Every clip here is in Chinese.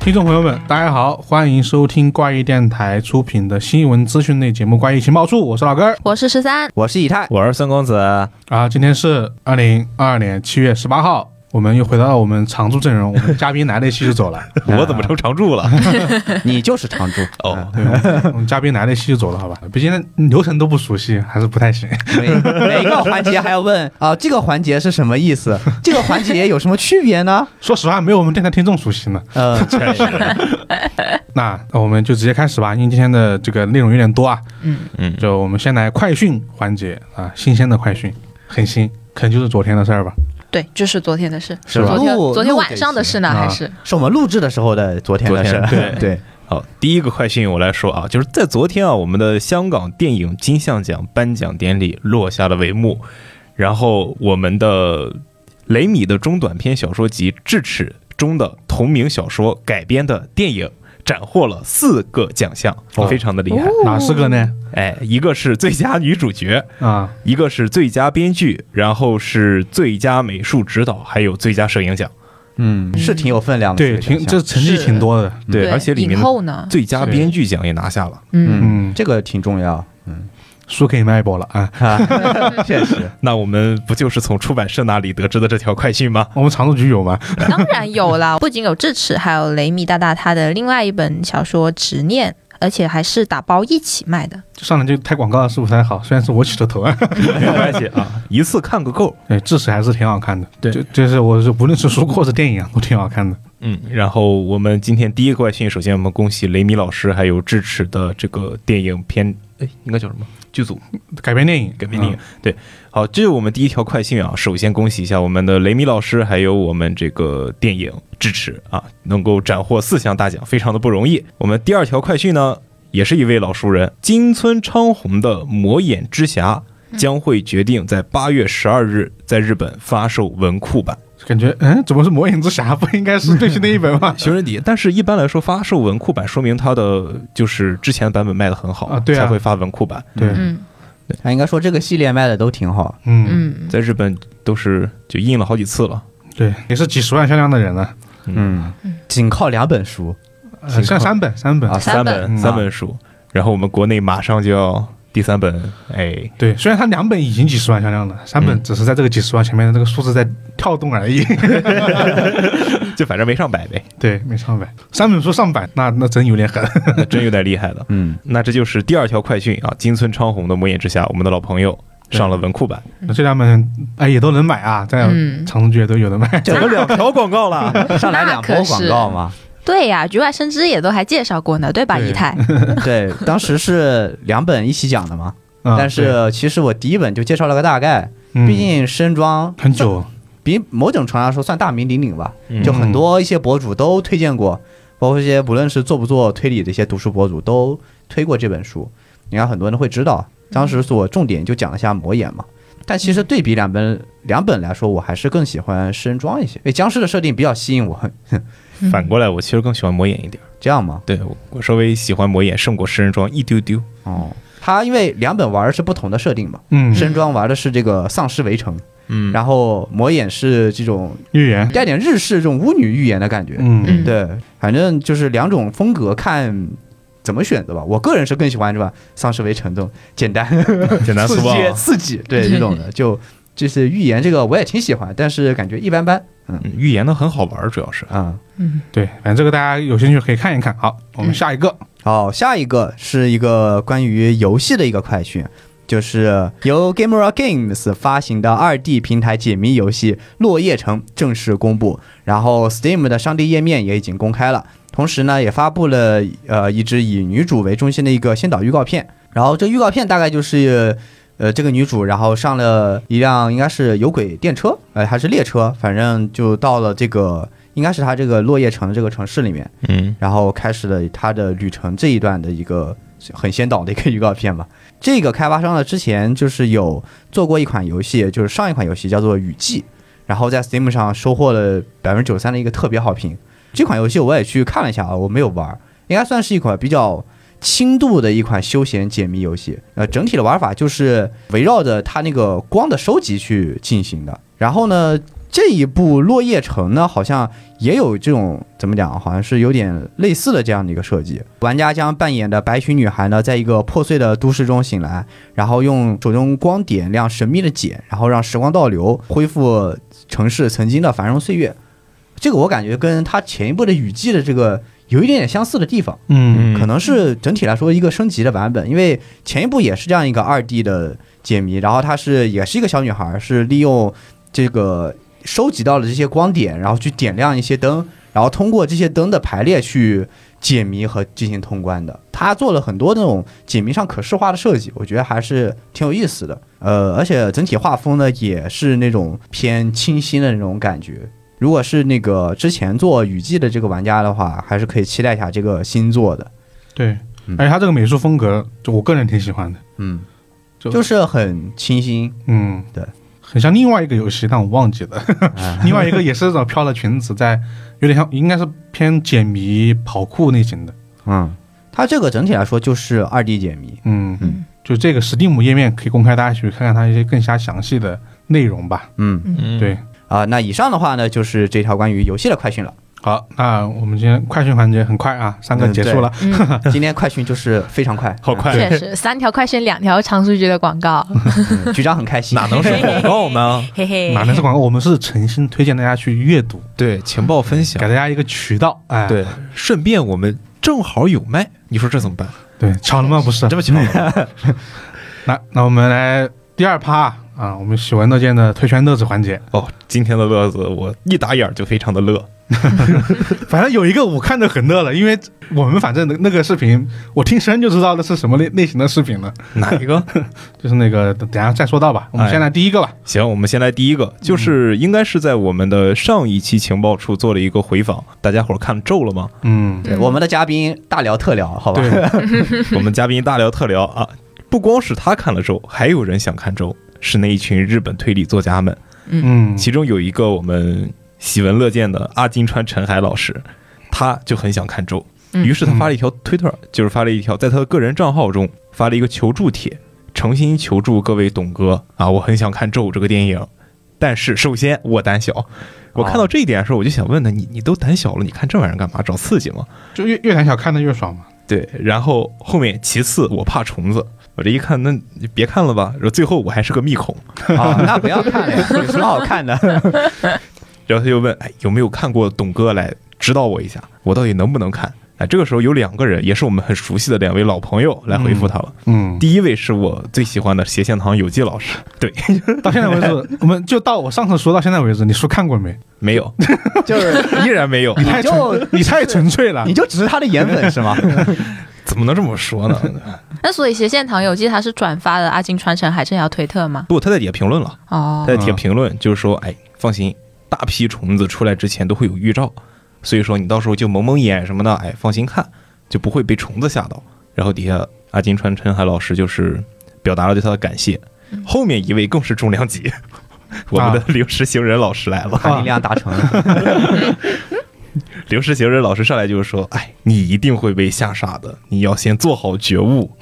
听众朋友们，大家好，欢迎收听怪异电台出品的新闻资讯类节目《怪异情报处》，我是老根儿我是十三，我是以太，我是孙公子，啊。今天是二零二二年七月十八号，我们又回到了我们常驻阵容，我们嘉宾来了一期就 走了， 我怎么成常驻了？ 你就是常驻哦，对，啊我们嘉宾来了一期就走了，好吧？毕竟流程都不熟悉，还是不太行。每每个环节还要问啊，这个环节是什么意思？这个环节有什么区别呢？说实话，没有我们电台听众熟悉呢。呃，确实，那我们就直接开始吧，因为今天的这个内容有点多啊。嗯嗯就我们先来快讯环节啊，新鲜的快讯，很新，可能就是昨天的事儿吧。对，这是昨天的事，是吧昨天录昨天晚上的事呢，录给还谁是是我们录制的时候的昨天的事儿。昨天对对，好，第一个快讯我来说啊，就是在昨天啊，我们的香港电影金像奖颁奖典礼落下了帷幕，然后我们的雷米的中短篇小说集《智齿》中的同名小说改编的电影。斩获了四个奖项哦，非常的厉害。哪四个呢？哎，一个是最佳女主角，啊，一个是最佳编剧，然后是最佳美术指导，还有最佳摄影奖。嗯，是挺有分量的。对，这个挺奖这成绩挺多的。对，而且里面影的后呢，最佳编剧奖也拿下了。 嗯，嗯，这个挺重要。输给麦博了啊！ 啊，确实，那我们不就是从出版社那里得知的这条快讯吗？我们常驻局有吗？当然有啦，不仅有智齿，还有雷米大大他的另外一本小说《执念》，而且还是打包一起卖的。上来就拍广告啊了是不是还好？虽然是我起的头啊， 没关系啊，一次看个够。对，智齿还是挺好看的。对就就是我是无论是书或是电影啊，都挺好看的。嗯，然后我们今天第一个快讯，首先我们恭喜雷米老师还有智齿的这个电影片，哎，应该叫什么剧组？改编电影，改编电影。对，好，这是我们第一条快讯啊。首先恭喜一下我们的雷米老师，还有我们这个电影支持啊，能够斩获四项大奖，非常的不容易。我们第二条快讯呢，也是一位老熟人，金村昌宏的《魔眼之侠》将会决定在八月十二日在日本发售文库版。嗯感觉嗯，怎么是魔影之侠？ 不应该是最新的一本 吗？熊仁底，但是一般来说发售文库版，说明它的就是之前版本卖的很好啊对啊才会发文库版，对，嗯他啊应该说这个系列卖的都挺好。嗯，嗯，在日本都是就印了好几次了。对，也是几十万销量的人了，嗯，仅靠两本书呃算三本，三本啊，三三本本嗯三本书，然后我们国内马上就要第三本，哎，对，虽然它两本已经几十万销量了，三本嗯只是在这个几十万前面的这个数字在跳动而已。就反正没上百呗， 对，没上百，三本书上百，那那真有点狠。那真有点厉害了。 嗯，那这就是第二条快讯啊，金村昌宏的《魔眼之侠》，我们的老朋友上了文库版，那这两本哎也都能买啊，在嗯长城剧也都有的卖。整个两条广告了。上来两波广告嘛。对呀，局外生枝也都还介绍过呢，对吧？对姨太，对，当时是两本一起讲的嘛。嗯但是其实我第一本就介绍了个大概，对嗯毕竟深装很久，比某种程度上说算大名鼎鼎吧，嗯就很多一些博主都推荐过，包括一些不论是做不做推理的一些读书博主都推过这本书，你看很多人会知道。当时所重点就讲了一下魔眼嘛，但其实对比两本两本来说，我还是更喜欢深装一些，因为僵尸的设定比较吸引我。嗯反过来，我其实更喜欢魔眼一点，这样吗？对我我稍微喜欢魔眼胜过食人装一丢丢。哦，他因为两本玩的是不同的设定嘛，嗯，深装玩的是这个丧尸围城，嗯然后魔眼是这种预言，带点日式这种巫女寓言的感觉。嗯，嗯对，反正就是两种风格，看怎么选择吧。我个人是更喜欢是吧？丧尸围城这种简单、简单刺粗暴啊，激、刺激，对这种的就就是预言这个我也挺喜欢，但是感觉一般般。嗯预言的很好玩，主要是啊、嗯，对，反正这个大家有兴趣可以看一看。好，我们下一个，好，下一个是一个关于游戏的一个快讯。就是由 Gamera Games 发行的二 D 平台解谜游戏《落叶城》正式公布，然后 Steam 的商店页面也已经公开了，同时呢也发布了呃一支以女主为中心的一个先导预告片，然后这预告片大概就是呃这个女主然后上了一辆应该是有轨电车呃还是列车，反正就到了这个应该是它这个落叶城的这个城市里面，嗯然后开始了他的旅程这一段的一个很先导的一个预告片吧。这个开发商呢，之前就是有做过一款游戏，就是上一款游戏叫做《雨季》，然后在 Steam 上收获了百分之九三的一个特别好评。这款游戏我也去看了一下啊，我没有玩儿，应该算是一款比较轻度的一款休闲解谜游戏。呃，整体的玩法就是围绕着它那个光的收集去进行的。然后呢，这一部《落叶城》呢，好像也有这种怎么讲，好像是有点类似的这样的一个设计。玩家将扮演的白裙女孩呢，在一个破碎的都市中醒来，然后用手中光点亮神秘的茧，然后让时光倒流，恢复城市曾经的繁荣岁月。这个我感觉跟他前一部的《雨季》的这个有一点点相似的地方。嗯可能是整体来说一个升级的版本，因为前一部也是这样一个二 D 的解谜，然后她是也是一个小女孩，是利用这个收集到的这些光点，然后去点亮一些灯，然后通过这些灯的排列去解谜和进行通关的。她做了很多那种解谜上可视化的设计，我觉得还是挺有意思的。呃，而且整体画风呢也是那种偏清新的那种感觉。如果是那个之前做雨季的这个玩家的话，还是可以期待一下这个新作的。对嗯，而且他这个美术风格，就我个人挺喜欢的，嗯，就就是很清新，嗯，对，啊很像另外一个游戏，但我忘记了， 另外一个也是那种飘了裙子在，有点像，应该是偏解谜跑酷类型的，嗯，它这个整体来说就是二 D 解谜，嗯，嗯就这个 Steam 页面可以公开，大家去看看它一些更加详细的内容吧。嗯嗯，对，啊、那以上的话呢，就是这条关于游戏的快讯了。好，那我们今天快讯环节很快啊，三个嗯结束了，嗯，今天快讯就是非常快，好快对确实，三条快讯，两条长数据的广告，嗯，局长很开心，哪能是广告呢？嘿嘿，哪能是广告？我们是诚心推荐大家去阅读， 对，情报分享给，大家一个渠道。哎，对，顺便我们正好有卖，你说这怎么办？对，巧了吗？不是这，么巧，那那我们来第二趴啊，我们喜闻乐见的推圈乐子环节。 哦，今天的乐子我一打眼儿就非常的乐，反正有一个我看着很乐了，因为我们反正那个视频，我听声就知道那是什么类类型的视频了， 哪一个？就是那个等等下再说到吧，我们哎先来第一个吧。 行，我们先来第一个，就是应该是在我们的上一期情报处做了一个回访，大家伙儿看皱了 吗？嗯， 对我们的嘉宾大聊特聊，好吧？对，我们嘉宾大聊特聊啊，不光是他看了周，还有人想看周，是那一群日本推理作家们，嗯，其中有一个我们喜闻乐见的阿金川陈海老师，他就很想看周，嗯于是他发了一条推特，就是发了一条在他的个人账号中发了一个求助帖，诚心求助各位董哥啊，我很想看周这个电影，但是首先我胆小。我看到这一点的时候，我就想问他，你你都胆小了，你看这玩意儿干嘛？找刺激吗？就越越胆小看的越爽嘛。对，然后后面其次我怕虫子，我这一看，那你别看了吧。然后最后我还是个密孔， 啊，那不要看了呀，有什么好看的？然后他就问，哎，有没有看过董哥来指导我一下，我到底能不能看？哎，这个时候有两个人，也是我们很熟悉的两位老朋友来回复他了。嗯，第一位是我最喜欢的斜线堂有纪老师，对，到现在为止，我们就到我上次说到现在为止，你书看过没？没有，就是依然没有你，太就纯，你太纯粹了 你。就只是他的颜粉是吗？ 怎么能这么说呢？那所以斜线堂有记他是转发了阿金传承海正瑶推特吗？ 不，他在底下评论了，哦他，在底下评论就是说，哎，放心，大批虫子出来之前都会有预兆，所以说你到时候就蒙蒙眼什么的，哎，放心看，就不会被虫子吓到。然后底下阿金川陈海老师就是表达了对他的感谢，后面一位更是重量级，我们的刘石行人老师来了。含金量达成了，刘石行人老师上来就是说，哎，你一定会被吓傻的，你要先做好觉悟。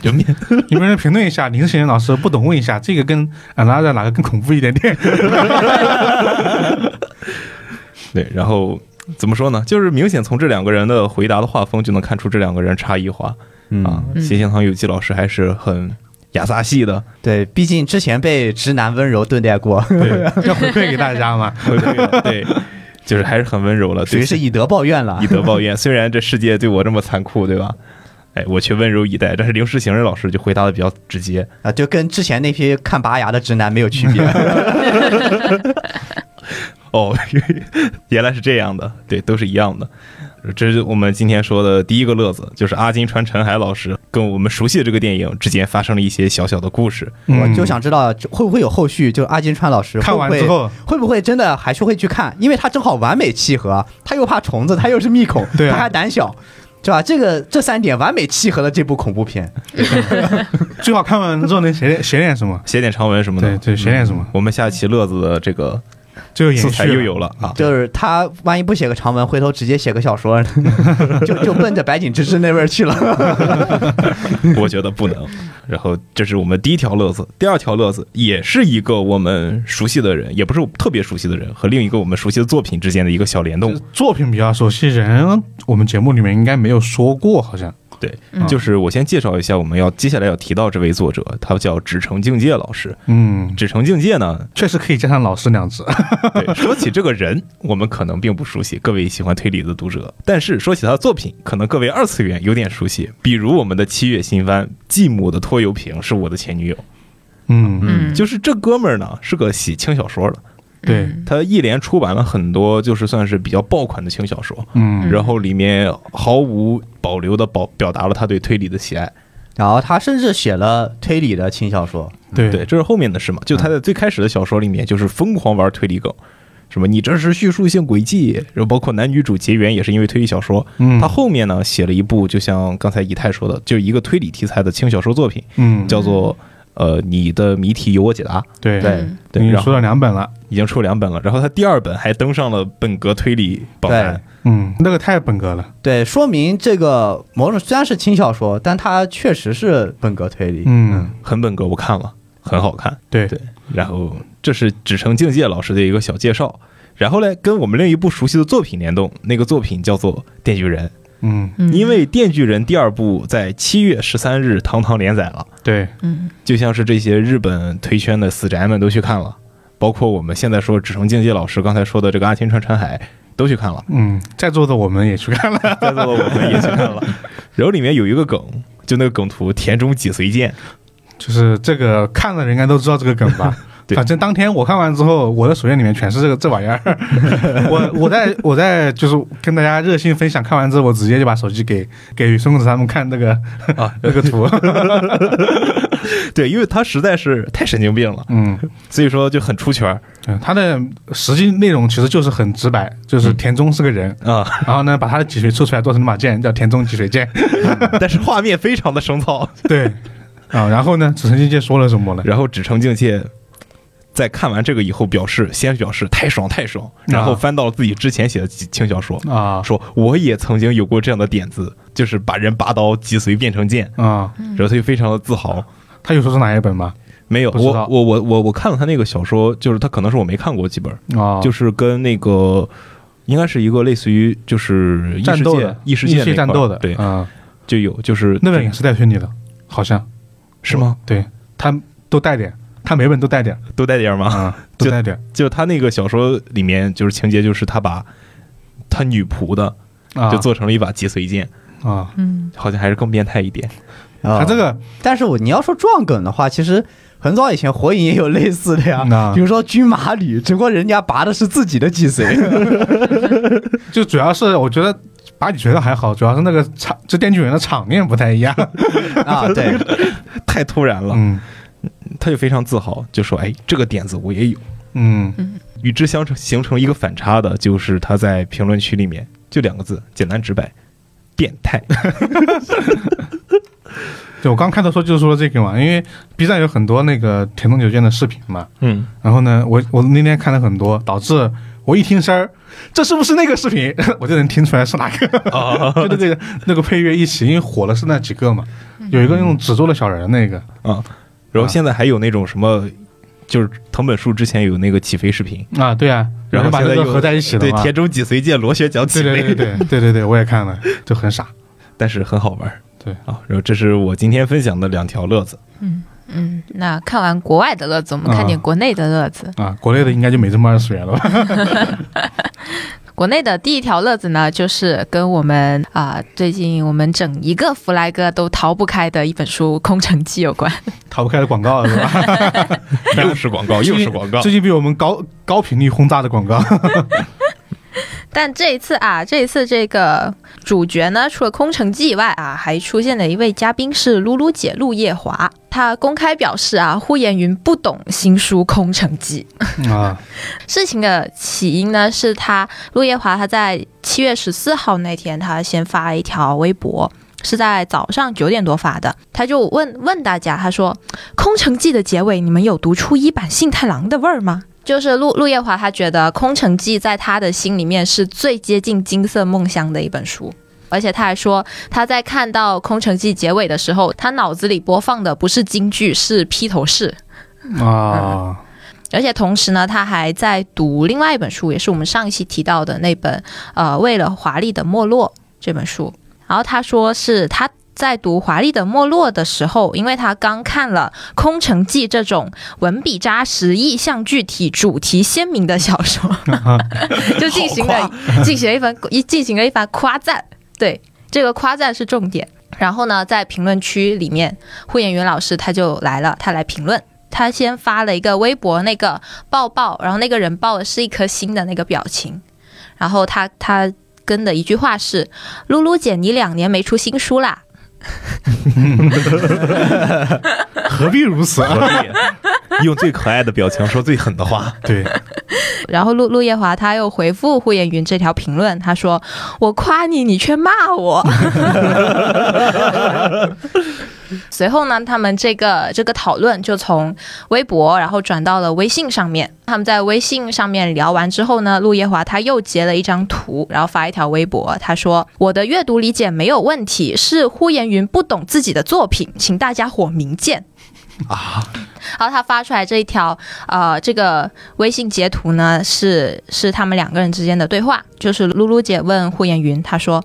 就面你们评论一下，林世贤老师不懂问一下，这个跟俺拉的哪个更恐怖一点 点？对，然后怎么说呢？就是明显从这两个人的回答的画风就能看出这两个人差异化。啊嗯，，嗯斜线堂有纪老师还是很雅撒系的，对，毕竟之前被直男温柔对待过，对，要回馈给大家 嘛。回归了对，就是还是很温柔了，属对于是以德报怨了以。德报怨。虽然这世界对我这么残酷，对吧？哎，我却温柔以待。但是刘诗行人老师就回答的比较直接，啊，就跟之前那批看拔牙的直男没有区别。哦， 原来是这样的，对，都是一样的。这是我们今天说的第一个乐子，就是阿金川陈海老师跟我们熟悉的这个电影之间发生了一些小小的故事。我嗯就想知道这会不会有后续，就是阿金川老师看完之后会不会会不会真的还是会去看，因为他正好完美契合，他又怕虫子，他又是密孔， 对啊他还胆小，是吧？这个这三点完美契合了这部恐怖片。最好看完之后能写点写点什么？写点长文什么的，嗯对对，写点什么？我们下期乐子的这个这个素延续材又有了啊。就是他万一不写个长文，回头直接写个小说 呢，就就奔着白井之之那味儿 去了。 我觉得不能。然后这是我们第一条乐子，第二条乐子也是一个我们熟悉的人，也不是特别熟悉的人，和另一个我们熟悉的作品之间的一个小联动。作品比较熟悉，人我们节目里面应该没有说过，好像对，就是我先介绍一下，我们要接下来要提到这位作者，他叫纸城敬介老师。嗯，纸城敬介呢，确实可以加上老师两 字。对，说起这个人，我们可能并不熟悉，各位喜欢推理的读者。但是说起他的作品，可能各位二次元有点熟悉，比如我们的七月新番《继母的拖油瓶是我的前女友》，嗯，嗯，就是这哥们儿呢是个写轻小说的，对，他一连出版了很多就是算是比较爆款的轻小说，嗯，然后里面毫无保留的保表达了他对推理的喜爱。然后他甚至写了推理的轻小说，对嗯对，这是后面的事嘛？就他在最开始的小说里面，就是疯狂玩推理梗，什么你这是叙述性轨迹，然后包括男女主结缘也是因为推理小说。嗯他后面呢写了一部，就像刚才以太说的，就一个推理题材的轻小说作品，嗯，叫做呃你的谜题由我解答。对对对，你然出后了两本了，已经出两本了，然后他第二本还登上了本格推理榜单对。嗯，那个太本格了，对，说明这个某种虽然是轻小说，但它确实是本格推理。嗯，很本格，我看了，很好看。对对，然后这是纸城敬介老师的一个小介绍。然后嘞，跟我们另一部熟悉的作品联动，那个作品叫做《电锯人》，嗯，嗯因为《电锯人》第二部在七月十三日堂堂连载了，对，嗯就像是这些日本推圈的死宅们都去看了，包括我们现在说纸城敬介老师刚才说的这个阿天川川海都去看了，嗯，在座的我们也去看了，在座的我们也去看了。然后里面有一个梗，就那个梗图田中脊髓剑，。就是这个看的人应该都知道这个梗吧 对反正当天我看完之后，我的首页里面全是这个这玩意 儿。我我在我在就是跟大家热心分享，看完之后我直接就把手机给给孙公子他们看那个 啊那个 图。对，因为他实在是太神经病了，嗯，所以说就很出圈儿嗯它的实际内容其实就是很直白，嗯就是田中是个 人，啊。然后呢把他的脊髓抽出来做成把剑，叫田中脊髓 剑。但是画面非常的生糙。对， 啊，然后呢，紫城境界说了什么呢？然后纸城境界在看完这个以后，表示先表示太爽太爽，然后翻到了自己之前写的轻小说，啊说我也曾经有过这样的点子，就是把人拔刀脊髓变成剑，啊，然后他就非常的自豪。他有说是哪一本吗？没有，不知我道我我我我看了他那个小说，就是他可能是我没看过几本，啊，就是跟那个。应该是一个类似于就是异战世斗界的、异世界那块儿战斗的，对，啊，就有就是那本也是带推理的，好像是吗？？对，他都带点，他每本都带点都带点儿吗？啊，都带点就他那个小说里面，就是情节就是他把他女仆的啊，就做成了一把脊髓剑，啊。嗯好像还是更变态一点。啊他这个但是我你要说撞梗的话，其实很早以前火影也有类似的呀，嗯比如说军马吕，只不过人家拔的是自己的脊 髓。就主要是我觉得把你觉得还好，主要是那个场这电锯人的场面不太一 样。啊，对， 太突然了，嗯他就非常自豪，就说：“哎，这个点子我也有。嗯”与之相成形成一个反差的，就是他在评论区里面就两个字，简单直白，变态。对我刚看到说就是说这个嘛，因为 B 站有很多那个田中酒剑的视频嘛，嗯，然后呢，我我那天看了很多，导致我一听声儿，这是不是那个视频？ 我就能听出来是哪个， 就那个那个配乐一起，因为火了是那几个嘛，有一个用纸做的小人儿那个，啊，然啊后现在还有那种什么，就是藤本树之前有那个起飞视频，啊，对啊，然后把现这在个又合在一起了对，嘛，田中脊髓剑螺旋桨起对对飞，对 对对对对，我也看了，就很傻， 但是很好玩儿。对啊，然后这是我今天分享的两条乐子。嗯，那看完国外的乐子，我们啊看点国内的乐子。啊，国内的应该就没这么二次元了吧？国内的第一条乐子呢，就是跟我们啊、最近我们整一个弗莱哥都逃不开的一本书《空城计》有关。 逃不开的广告是 吧？ 哦又是广告，又是广告最。近被我们高高频率轰炸的广告， 但这一次啊，这一次这个主角呢，除了空城计以外啊，还出现了一位嘉宾是露露姐陆夜华。她公开表示啊，呼延云不懂新书《空城计啊，》事情的起因呢，是她陆夜华她在七月十四号那天，她先发了一条微博，是在早上九点多发的，她就问问大家，她说《空城计》的结尾你们有读出一版幸太郎的味儿吗？就是陆陆夜华，他觉得《空城计》在他的心里面是最接近金色梦乡的一本书，而且他还说，他在看到《空城计》结尾的时候，他脑子里播放的不是京剧，是披头士。 啊，而且同时呢，他还在读另外一本书，也是我们上一期提到的那本呃《为了华丽的没落》这本书。然后他说是他在读《华丽的没落》的时候，因为他刚看了《空城计》这种文笔扎实、意象具体、主题鲜明的小说， 就进行了进行了一番一进行了一番夸赞。对，这个夸赞是重点。然后呢，在评论区里面，胡彦云老师他就来了，他来评论。他先发了一个微博，那个抱抱，然后那个人抱的是一颗心的那个表情，然后他他跟的一句话是：“露露姐，你两年没出新书啦。何必如此？啊何必 用最可爱的表情说最狠的话？ 对，”然后陆陆夜华他又回复胡彦云这条评论，他说：“我夸你，你却骂我。” 随后呢，他们这个这个讨论就从微博，然后转到了微信上面。他们在微信上面聊完之后呢，陆夜华他又截了一张图，然后发一条微博，他说：“我的阅读理解没有问题，是呼延云不懂自己的作品，请大家伙明鉴。”啊，然后他发出来这一条，呃，这个微信截图呢是是他们两个人之间的对话，就是露露姐问呼延云，她说：“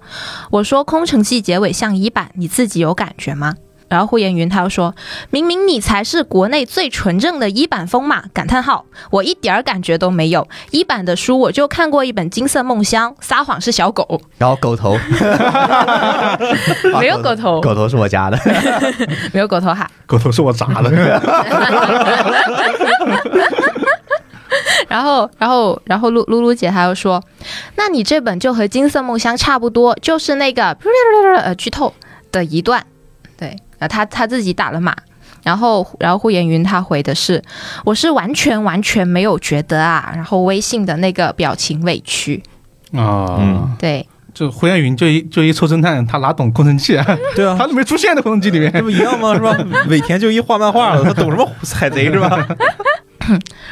我说《空城计》结尾像一版，你自己有感觉吗？”然后呼延云他又说：“明明你才是国内最纯正的一版风嘛！”感叹号，我一点儿感觉都没有。一版的书我就看过一本《金色梦乡》，撒谎是小狗，然后狗头， 没有狗哦头狗头是我家的。没有狗头哈。狗头是我砸的，然后，然后，然后露露露姐还又说：“那你这本就和《金色梦乡》差不多，就是那个呃剧透的一段。”对，啊，他他自己打了码。然后，然后胡彦云他回的是：“我是完全完全没有觉得啊。”然后微信的那个表情委屈，啊嗯，对，这胡彦云就一就一臭侦探，他哪懂空城计 啊？ 对啊他，都没出现在空城计里面。这不一样吗？是吧？尾田就一画漫画了，他懂什么海贼是吧？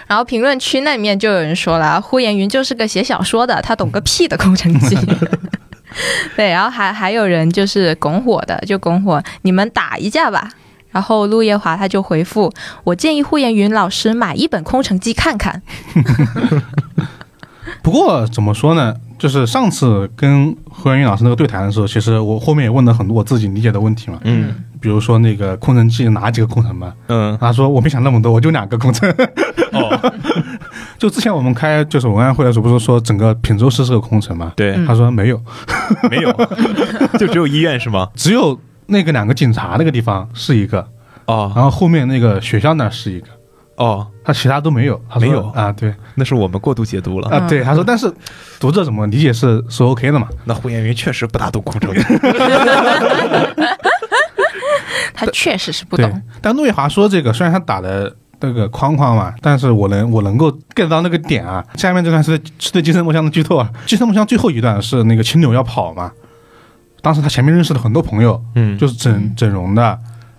然后评论区那里面就有人说了，呼延云就是个写小说的，他懂个屁的空城计。对，然后还还有人就是拱火的，就拱火，你们打一架吧。然后陆夜华他就回复：“我建议呼延云老师买一本《空城计》看看。不过怎么说呢？就是上次跟胡彦云老师那个对谈的时候，其实我后面也问了很多我自己理解的问题嘛，嗯比如说那个空城计哪几个空城嘛， 嗯他说我没想那么多，我就两个空城。哦， 就之前我们开就是文案会的时候，不是说整个品州市是个空城嘛？对，他说没有，没有，就只有医院是吗？只有那个两个警察那个地方是一个，哦然后后面那个学校那是一个，哦，他其他都没有。他说没有啊，对那是我们过度解读了。啊，对，嗯他说但是读者怎么理解是是 OK 的嘛？那胡彦云确实不大懂空城，他确实是不对懂，，但陆月华说这个，虽然他打的那个框框嘛，但是我能我能够 get 到那个点啊。下面这段是是对《金森梦乡》的剧透啊，《金森梦乡》最后一段是那个青柳要跑嘛，当时他前面认识了很多朋友，嗯就是整整容的，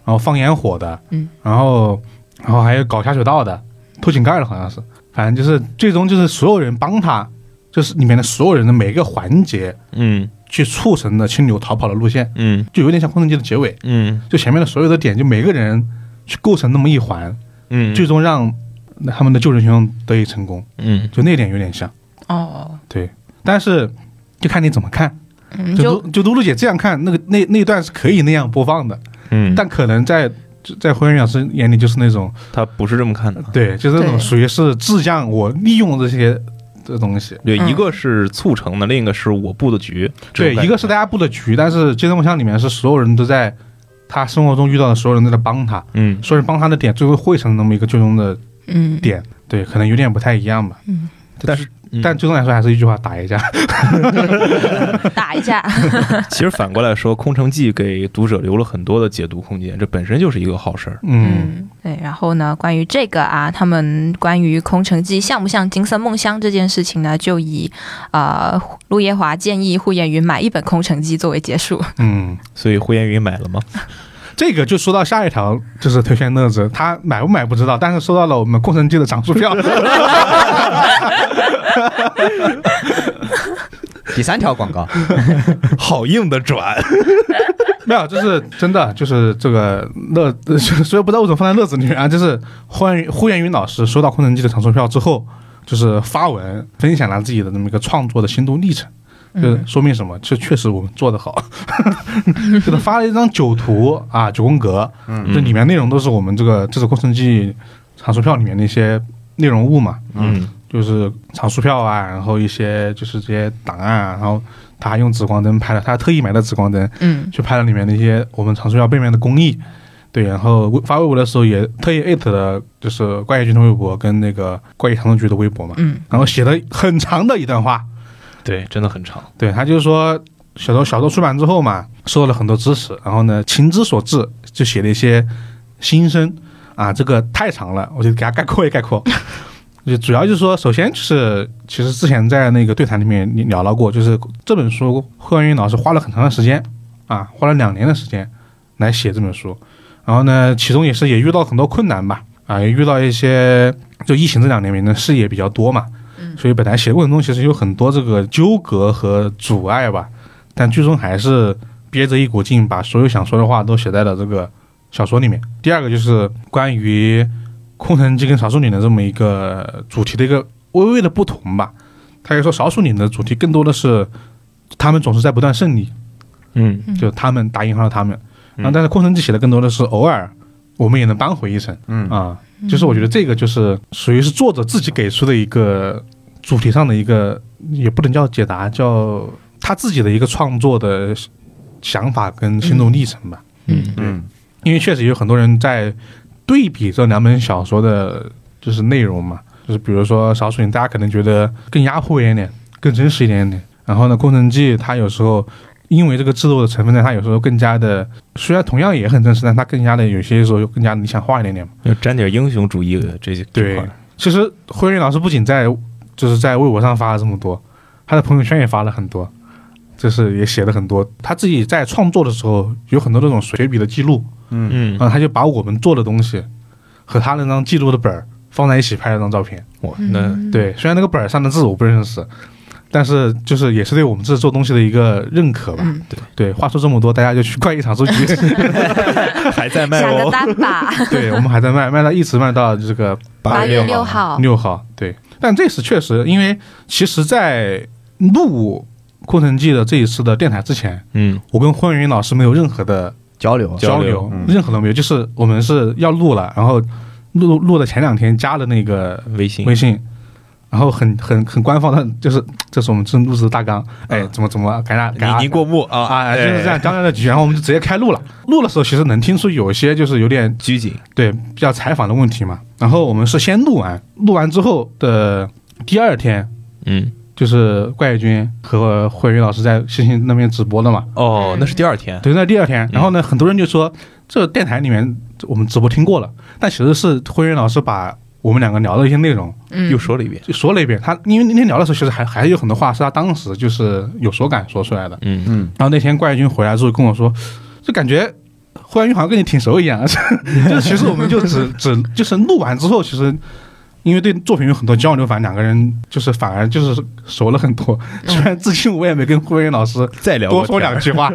然后放烟火的，嗯，然后然后还有搞下水道的，偷井盖的，好像是，反正就是最终就是所有人帮他，就是里面的所有人的每个环节 嗯去促成了青柳逃跑的路线，嗯就有点像《空城计》的结尾，嗯就前面的所有的点，就每个人去构成那么一环，嗯最终让他们的救人行动得以成功，嗯就那点有点像。哦，对，但是就看你怎么看。嗯，就就露就露露姐这样看，那个那那段是可以那样播放的，嗯，但可能在在胡元老师眼里就是那种他不是这么看的。对，就是那种对属于是质量我利用这些的东西。对，嗯一个是促成的，另一个是我布的局。对，一个是大家布的局，但是《街头梦想》里面是所有人都在他生活中遇到的所有人都在帮他， 嗯所有人帮他的点最后汇成那么一个最终的嗯，点，对，可能有点不太一样吧。嗯，但但是是。但最终来说还是一句话，打一架。打一架，其实反过来说，《空城计》给读者留了很多的解读空间，这本身就是一个好事儿。嗯，嗯，对，然后呢，关于这个啊，他们关于《空城计》像不像《金色梦乡》这件事情呢，就以呃陆夜华建议胡彦云买一本《空城计》作为结束。嗯，所以胡彦云买了吗？这个就说到下一条，就是推荐乐子，他买不买不知道，但是收到了我们空城计的涨速票。 第三条广告， 好硬的转， 没有，就是真的，就是这个乐， 所以不知道为什么放在乐子里面啊。就是呼延呼延云老师收到空城计的长售票之后，就是发文分享了自己的这么一个创作的心路历程，就是说明什么？这确实我们做的好， 就是发了一张九图啊，九宫格，这里面内容都是我们这个这次空城计长售票里面的一些内容物嘛，嗯，就是藏书票啊，然后一些就是这些档案啊，然后他还用紫光灯拍了，他还特意买的紫光灯嗯去拍了里面的一些我们藏书票背面的工艺。对，然后微发微博的时候也特意艾特了，就是怪异军的微博跟那个怪异长征局的微博嘛，嗯然后写了很长的一段话，对，真的很长，对他就是说，小说小说出版之后嘛，受到了很多支持，然后呢，情之所至，就写了一些心声啊，这个太长了，我就给他概括一概括。就主要就是说，首先就是，其实之前在那个对谈里面也聊到过，就是这本书，贺元云老师花了很长的时间啊，花了两年的时间来写这本书，然后呢，其中也是也遇到很多困难吧，啊，也遇到一些就疫情这两年里面的事也比较多嘛，所以本来写的过程中其实有很多这个纠葛和阻碍吧，但最终还是憋着一股劲，把所有想说的话都写在了这个小说里面。第二个就是关于空城计跟少数领的这么一个主题的一个微微的不同吧。他就说少数领的主题更多的是他们总是在不断胜利，嗯就是他们打引号的他们。然嗯后，但是空城计写的更多的是偶尔我们也能扳回一城。嗯啊，就是我觉得这个就是属于是作者自己给出的一个主题上的一个，也不能叫解答，叫他自己的一个创作的想法跟心路历程吧。嗯嗯因为确实有很多人在对比这两本小说的，就是内容嘛，就是比如说《少数人》，大家可能觉得更压迫一点点，更真实一点点。然后呢，《工程记》它有时候因为这个制作的成分呢，它有时候更加的，虽然同样也很真实，但它更加的有些时候又更加理想化一点点嘛。要沾点英雄主义的这些这对块儿，其实辉瑞老师不仅在就是在微博上发了这么多，他的朋友圈也发了很多，就是也写了很多。他自己在创作的时候有很多那种随笔的记录，嗯然，后他就把我们做的东西和他那张记录的本儿放在一起拍了张照片。哇，那嗯对，虽然那个本儿上的字我不认识，但是就是也是对我们这做东西的一个认可吧。嗯对，话说这么多，大家就去怪异场书局。还在卖下个哦，单吧， 对，我们还在卖，卖到一直卖到这个八月月六号，六号，对。但这次确实，因为其实，在录《空城计》的这一次的电台之前，嗯我跟霍元云老师没有任何的交流交流流，嗯任何都没有。就是我们是要录了，然后录录的前两天加了那个微信微信，然后很很很官方的，就是这是我们正录制的大纲，哎，怎么怎么该哪该哪啊你你过目啊啊，就是这样，交代了几句，然后我们就直接开录了。录的时候其实能听出有一些就是有点拘谨，对比较采访的问题嘛。然后我们是先录完，录完之后的第二天，嗯，就是怪异君和慧宇老师在星星那边直播的嘛。哦，那是第二天，对，那第二天，然后呢，很多人就说这电台里面我们直播听过了，但其实是慧宇老师把我们两个聊的一些内容嗯又说了一遍，就说了一遍。他因为那天聊的时候，其实还还有很多话是他当时就是有所感说出来的。嗯，嗯，然后那天怪异君回来之后跟我说，就感觉霍元云好像跟你挺熟一样， 就是其实我们就只 只就是录完之后，其实因为对作品有很多交流，反正两个人就是反而就是熟了很多。虽然至今我也没跟霍元云老师再聊多说两句，句话，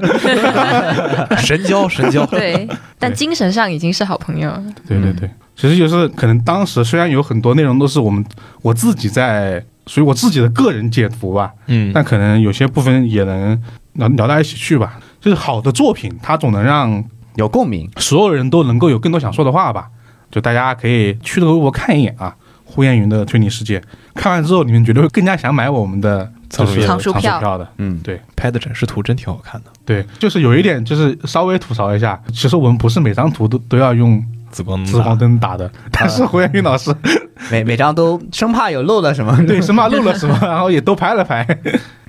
神交神交， 对，但精神上已经是好朋友了。对对对，其实就是可能当时虽然有很多内容都是我们我自己在属于我自己的个人解读吧，嗯但可能有些部分也能聊聊到一起去吧。就是好的作品，它总能让 有共鸣，所有人都能够有更多想说的话吧。就大家可以去那个微博看一眼啊，呼延云的推理世界。看完之后，你们绝对会更加想买我们的就是藏书票藏书票的。嗯拍的展示图真挺好看的，对，就是有一点，就是稍微吐槽一下，其实我们不是每张图都都要用紫光啊紫光灯打的，但是胡彦云老师每每张都生怕有漏了什么，对生怕漏了什么，然后也都拍了拍。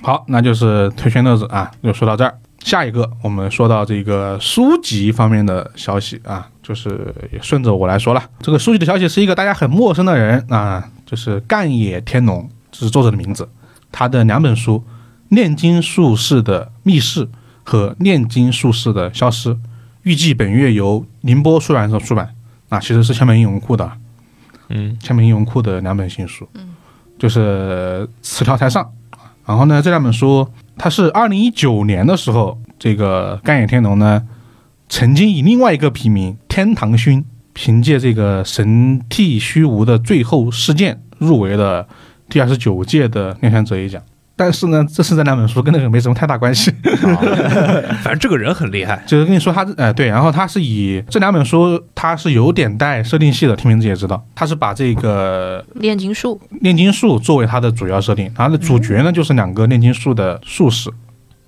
好，那就是推圈乐子啊，就说到这儿。下一个，我们说到这个书籍方面的消息啊，就是也顺着我来说了。这个书籍的消息是一个大家很陌生的人啊，就是干野天龙，这是作者的名字。他的两本书《炼金术士的密室》和《炼金术士的消失》预计本月由宁波出版社出版。啊，其实是千本英文库的，啊嗯，千本英文库的两本新书，嗯，就是词条才上。然后呢，这两本书它是二零一九年的时候，这个干野天龙呢曾经以另外一个笔名天堂勋，凭借这个《神替虚无的最后事件》入围了第二十九届的酿香者一奖。但是呢，这次这两本书跟那个没什么太大关系， 反正这个人很厉害，就是跟你说他，呃，对，然后他是以这两本书，他是有点带设定系的，听名字也知道，他是把这个炼金术，炼金术作为它的主要设定，它的主角呢就是两个炼金术的术士，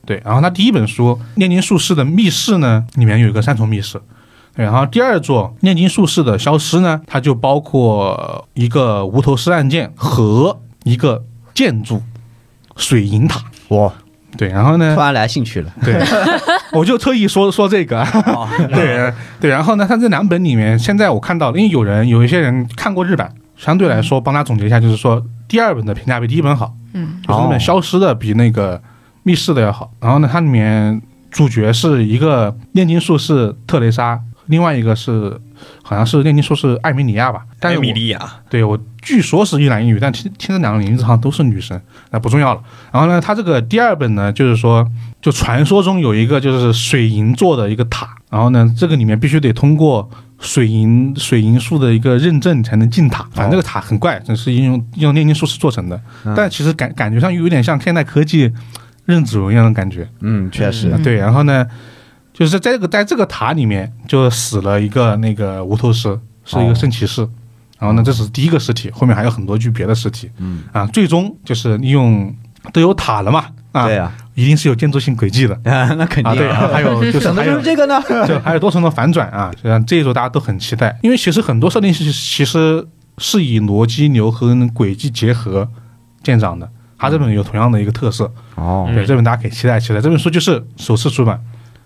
对，然后它第一本书《炼金术士的密室》呢，里面有一个三重密室，对然后第二座《炼金术士的消失》呢，它就包括一个无头尸案件和一个建筑水银塔，我对，然后突呢，然来兴 趣了，哦对，我就特意说说这个， 对对，然后呢，它这两本里面，现在我看到了，因为有人有一些人看过日版，相对来说帮他总结一下，就是说第二本的评价比第一本好，嗯，就是那本哦消失的比那个密室的要好。然后呢，它里面主角是一个炼金术士特蕾莎，另外一个是好像是炼金术士艾米尼亚吧，但是艾我米莉啊亚，对我据说是一男一女，但听听这两个名字好像都是女生，那不重要了。然后呢，它这个第二本呢，就是说，就传说中有一个就是水银做的一个塔，然后呢，这个里面必须得通过水银水银术的一个认证才能进塔。反正这个塔很怪，这是用用炼金术士做成的，但其实感感觉上又有点像现代科技认指纹一样的感觉。嗯，确实，嗯对，然后呢，就是在这个在这个塔里面就死了一个那个无头尸，是哦一个圣骑士。然后呢，这只是第一个尸体，后面还有很多具别的尸体。嗯啊，最终就是利用都有塔了嘛，嗯啊，对呀，一定是有建筑性轨迹的啊 那肯啊，定对，然后还 有就是怎么还就有是这个呢？就还有多重的反转啊，就像这一周大家都很期待，因为其实很多设定是其实是以逻辑流和轨迹结合建长的，它这本有同样的一个特色，嗯哦对，这本大家可以期待期待。这本书就是首次出版，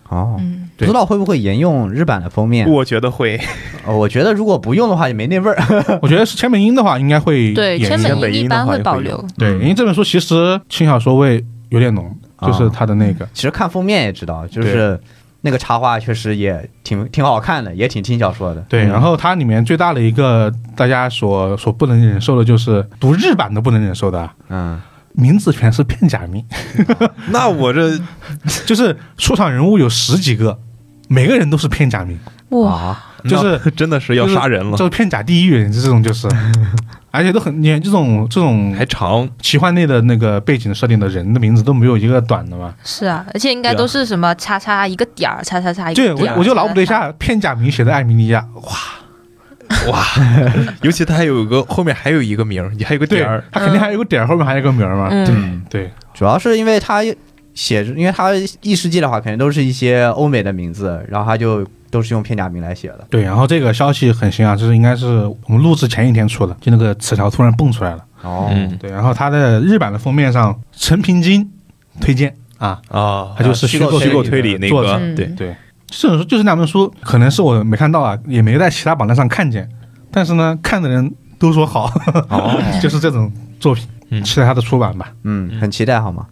哦，不对知道会不会沿用日版的封嗯面？我觉得会， 呃我觉得如果不用的话，也没那味儿。 我觉得是千本樱的话，应该会对，演千绎本本樱一樱的般话会也保会有留，对，因为这本书其实轻小说味有点浓，就是嗯啊它的那个，其实看封面也知道，就是那个插画确实也挺挺好看的，也挺听小说的。对，嗯然后它里面最大的一个大家所所不能忍受的就是读日版都不能忍受的啊。嗯，名字全是片假名， 那我这 就是出场人物有十几个，每个人都是片假名，哇，啊，就是那真的是要杀人了就，是片假地狱，这种 就是，而且都很，你看这种这种还长，奇幻类的那个背景设定的人的名字都没有一个短的嘛。是啊，而且应该对啊都是什么叉叉一个点儿，叉叉叉一对，个我点儿，我就脑补了一叉叉叉，下片假名写的艾米莉亚，尤其他还有一个后面还有一个名儿，你还有个对点儿，，他肯定还有个点儿，后面还有个名儿嘛。嗯对主要是因为他写，因为他异世界的话，肯定都是一些欧美的名字，然后他就都是用片假名来写的。对，然后这个消息很新啊，就是应该是我们录制前一天出的，就那个词条突然蹦出来了。哦嗯对，然后它的日版的封面上，陈平金推荐啊，啊，它就是虚构虚虚构构推推理那作者嗯个，对理。对，这种书就是那本书，可能是我没看到啊，也没在其他榜单上看见，但是呢，看的人都说好， 就是这种作品，嗯期待它的出版吧。嗯，很期待好吗？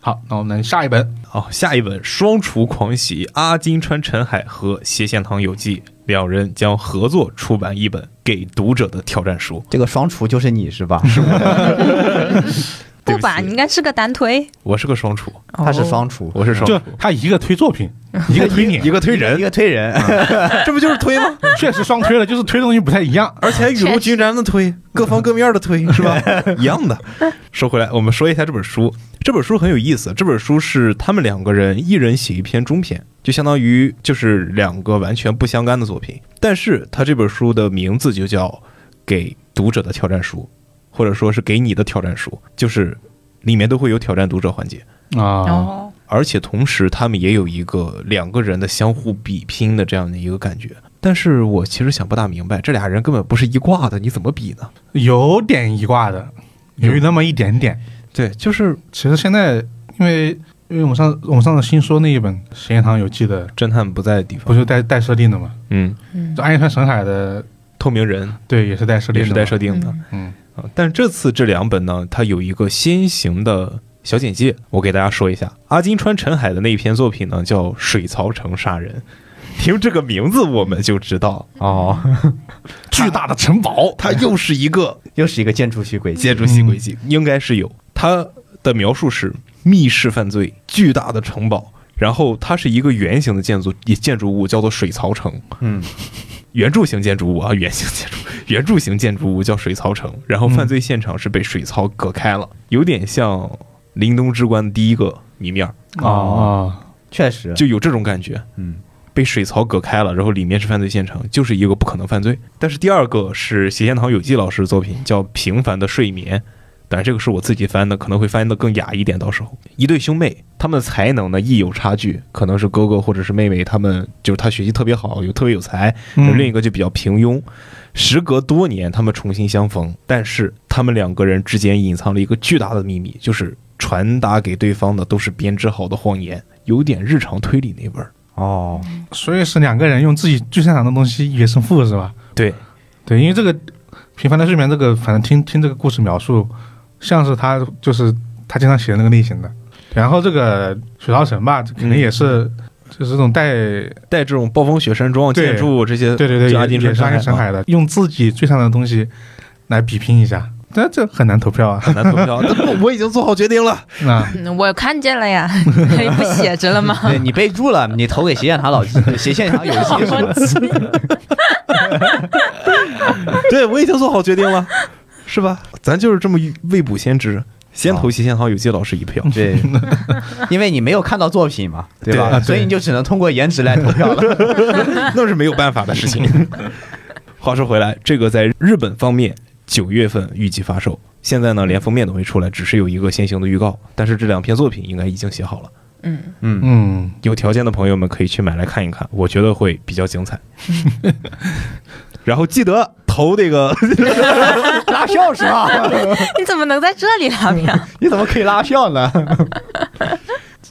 好，那我们下一本，哦，下一本《双厨狂喜》，阿金川陈海和斜线堂有纪两人将合作出版一本给读者的挑战书。这个双厨就是你是吧？是对不不吧，起你应该是个单推，哦我是个双厨， 他是双厨，哦我是双就厨，它一个推作品，一 个推你，一个推人嗯一，个推人，这不就是推吗？确实双推了，就是推的东西不太一样。而且还雨露均沾的 推，各方各面的推，是吧？嗯 一样的。说回来，我们说一下这本书。这本书很有意思，这本书是他们两个人一人写一篇中篇，就相当于就是两个完全不相干的作品。但是他这本书的名字就叫《给读者的挑战书》，或者说是给你的挑战书，就是里面都会有挑战读者环节。啊，哦，而且同时他们也有一个两个人的相互比拼的这样的一个感觉。但是我其实想不大明白，这俩人根本不是一挂的，你怎么比呢？有点一挂的，有那么一点点。对，就是其实现在，因为因为我们上我们上次新说那一本《实验堂有记》的，侦探不在的地不方。就带带设定的嘛？嗯，就暗夜川神海的，透明人啊对，也是带设定也的，是带设。定的。嗯，啊，但这次这两本呢，它有一个先行的小简介，我给大家说一下。阿金川陈海的那一篇作品呢，叫《水槽城杀人》，听这个名字我们就知道哦，巨大的城堡，哎它又是一个 又是一个建筑系轨迹。建筑系轨迹，应该是有。它的描述是密室犯罪，巨大的城堡，然后它是一个圆形的建筑建筑物，叫做水槽城。嗯，圆柱形建筑物啊，圆形建筑， 圆柱形建筑物叫水槽城。然后犯罪现场是被水槽隔开了，有点像《林东之关》第一个谜面儿，啊，确实，就有这种感觉。嗯，被水槽隔开了，然后里面是犯罪现场，就是一个不可能犯罪。但是第二个是斜线堂有纪老师的作品，叫《平凡的睡眠》，但是这个是我自己翻的，可能会翻的更雅一点。到时候，一对兄妹，他们的才能呢亦有差距，可能是哥哥或者是妹妹，他们就是他学习特别好，有特别有才，嗯另一个就比较平庸。时隔多年，他们重新相逢，但是他们两个人之间隐藏了一个巨大的秘密，就是传达给对方的都是编织好的谎言，有点日常推理那味儿。哦， 所以是两个人用自己最擅长的东西一决胜负，是吧？对，对，因为这个《平凡的睡眠》这个，反正听听这个故事描述，像是他就是他经常写的那个类型的。然后这个《水稻城》吧，可能也是、就是这种带带这种暴风雪山庄、对建筑这些，对对对，呃就阿也金也纯是阿金陈啊海的，用自己最擅长的东西来比拼一下。但这很难投票啊！很难投票。但 不我已经做好决定了， 啊，嗯我看见了呀， 你不写着了 吗？对你备注了，你投给斜线堂老 斜线堂有机是吧？对我已经做好决定了，是吧？啊咱就是这么未卜先知，先投齐线好有界老师一 票。对，因为你没有看到作品嘛，对对吧？对啊所以你就只能通过颜值来投票 了。 那是没有办法的事情。 话说回来，这个在日本方面九月份预计发售，现在呢连封面都没出来，只是有一个先行的预告。但是这两篇作品应该已经写好了，嗯，嗯，嗯，有条件的朋友们可以去买来看一看，我觉得会比较精 彩。然后记得投这个， 拉票是 吧？你怎么能在这里啊拉票？你怎么可以拉票呢？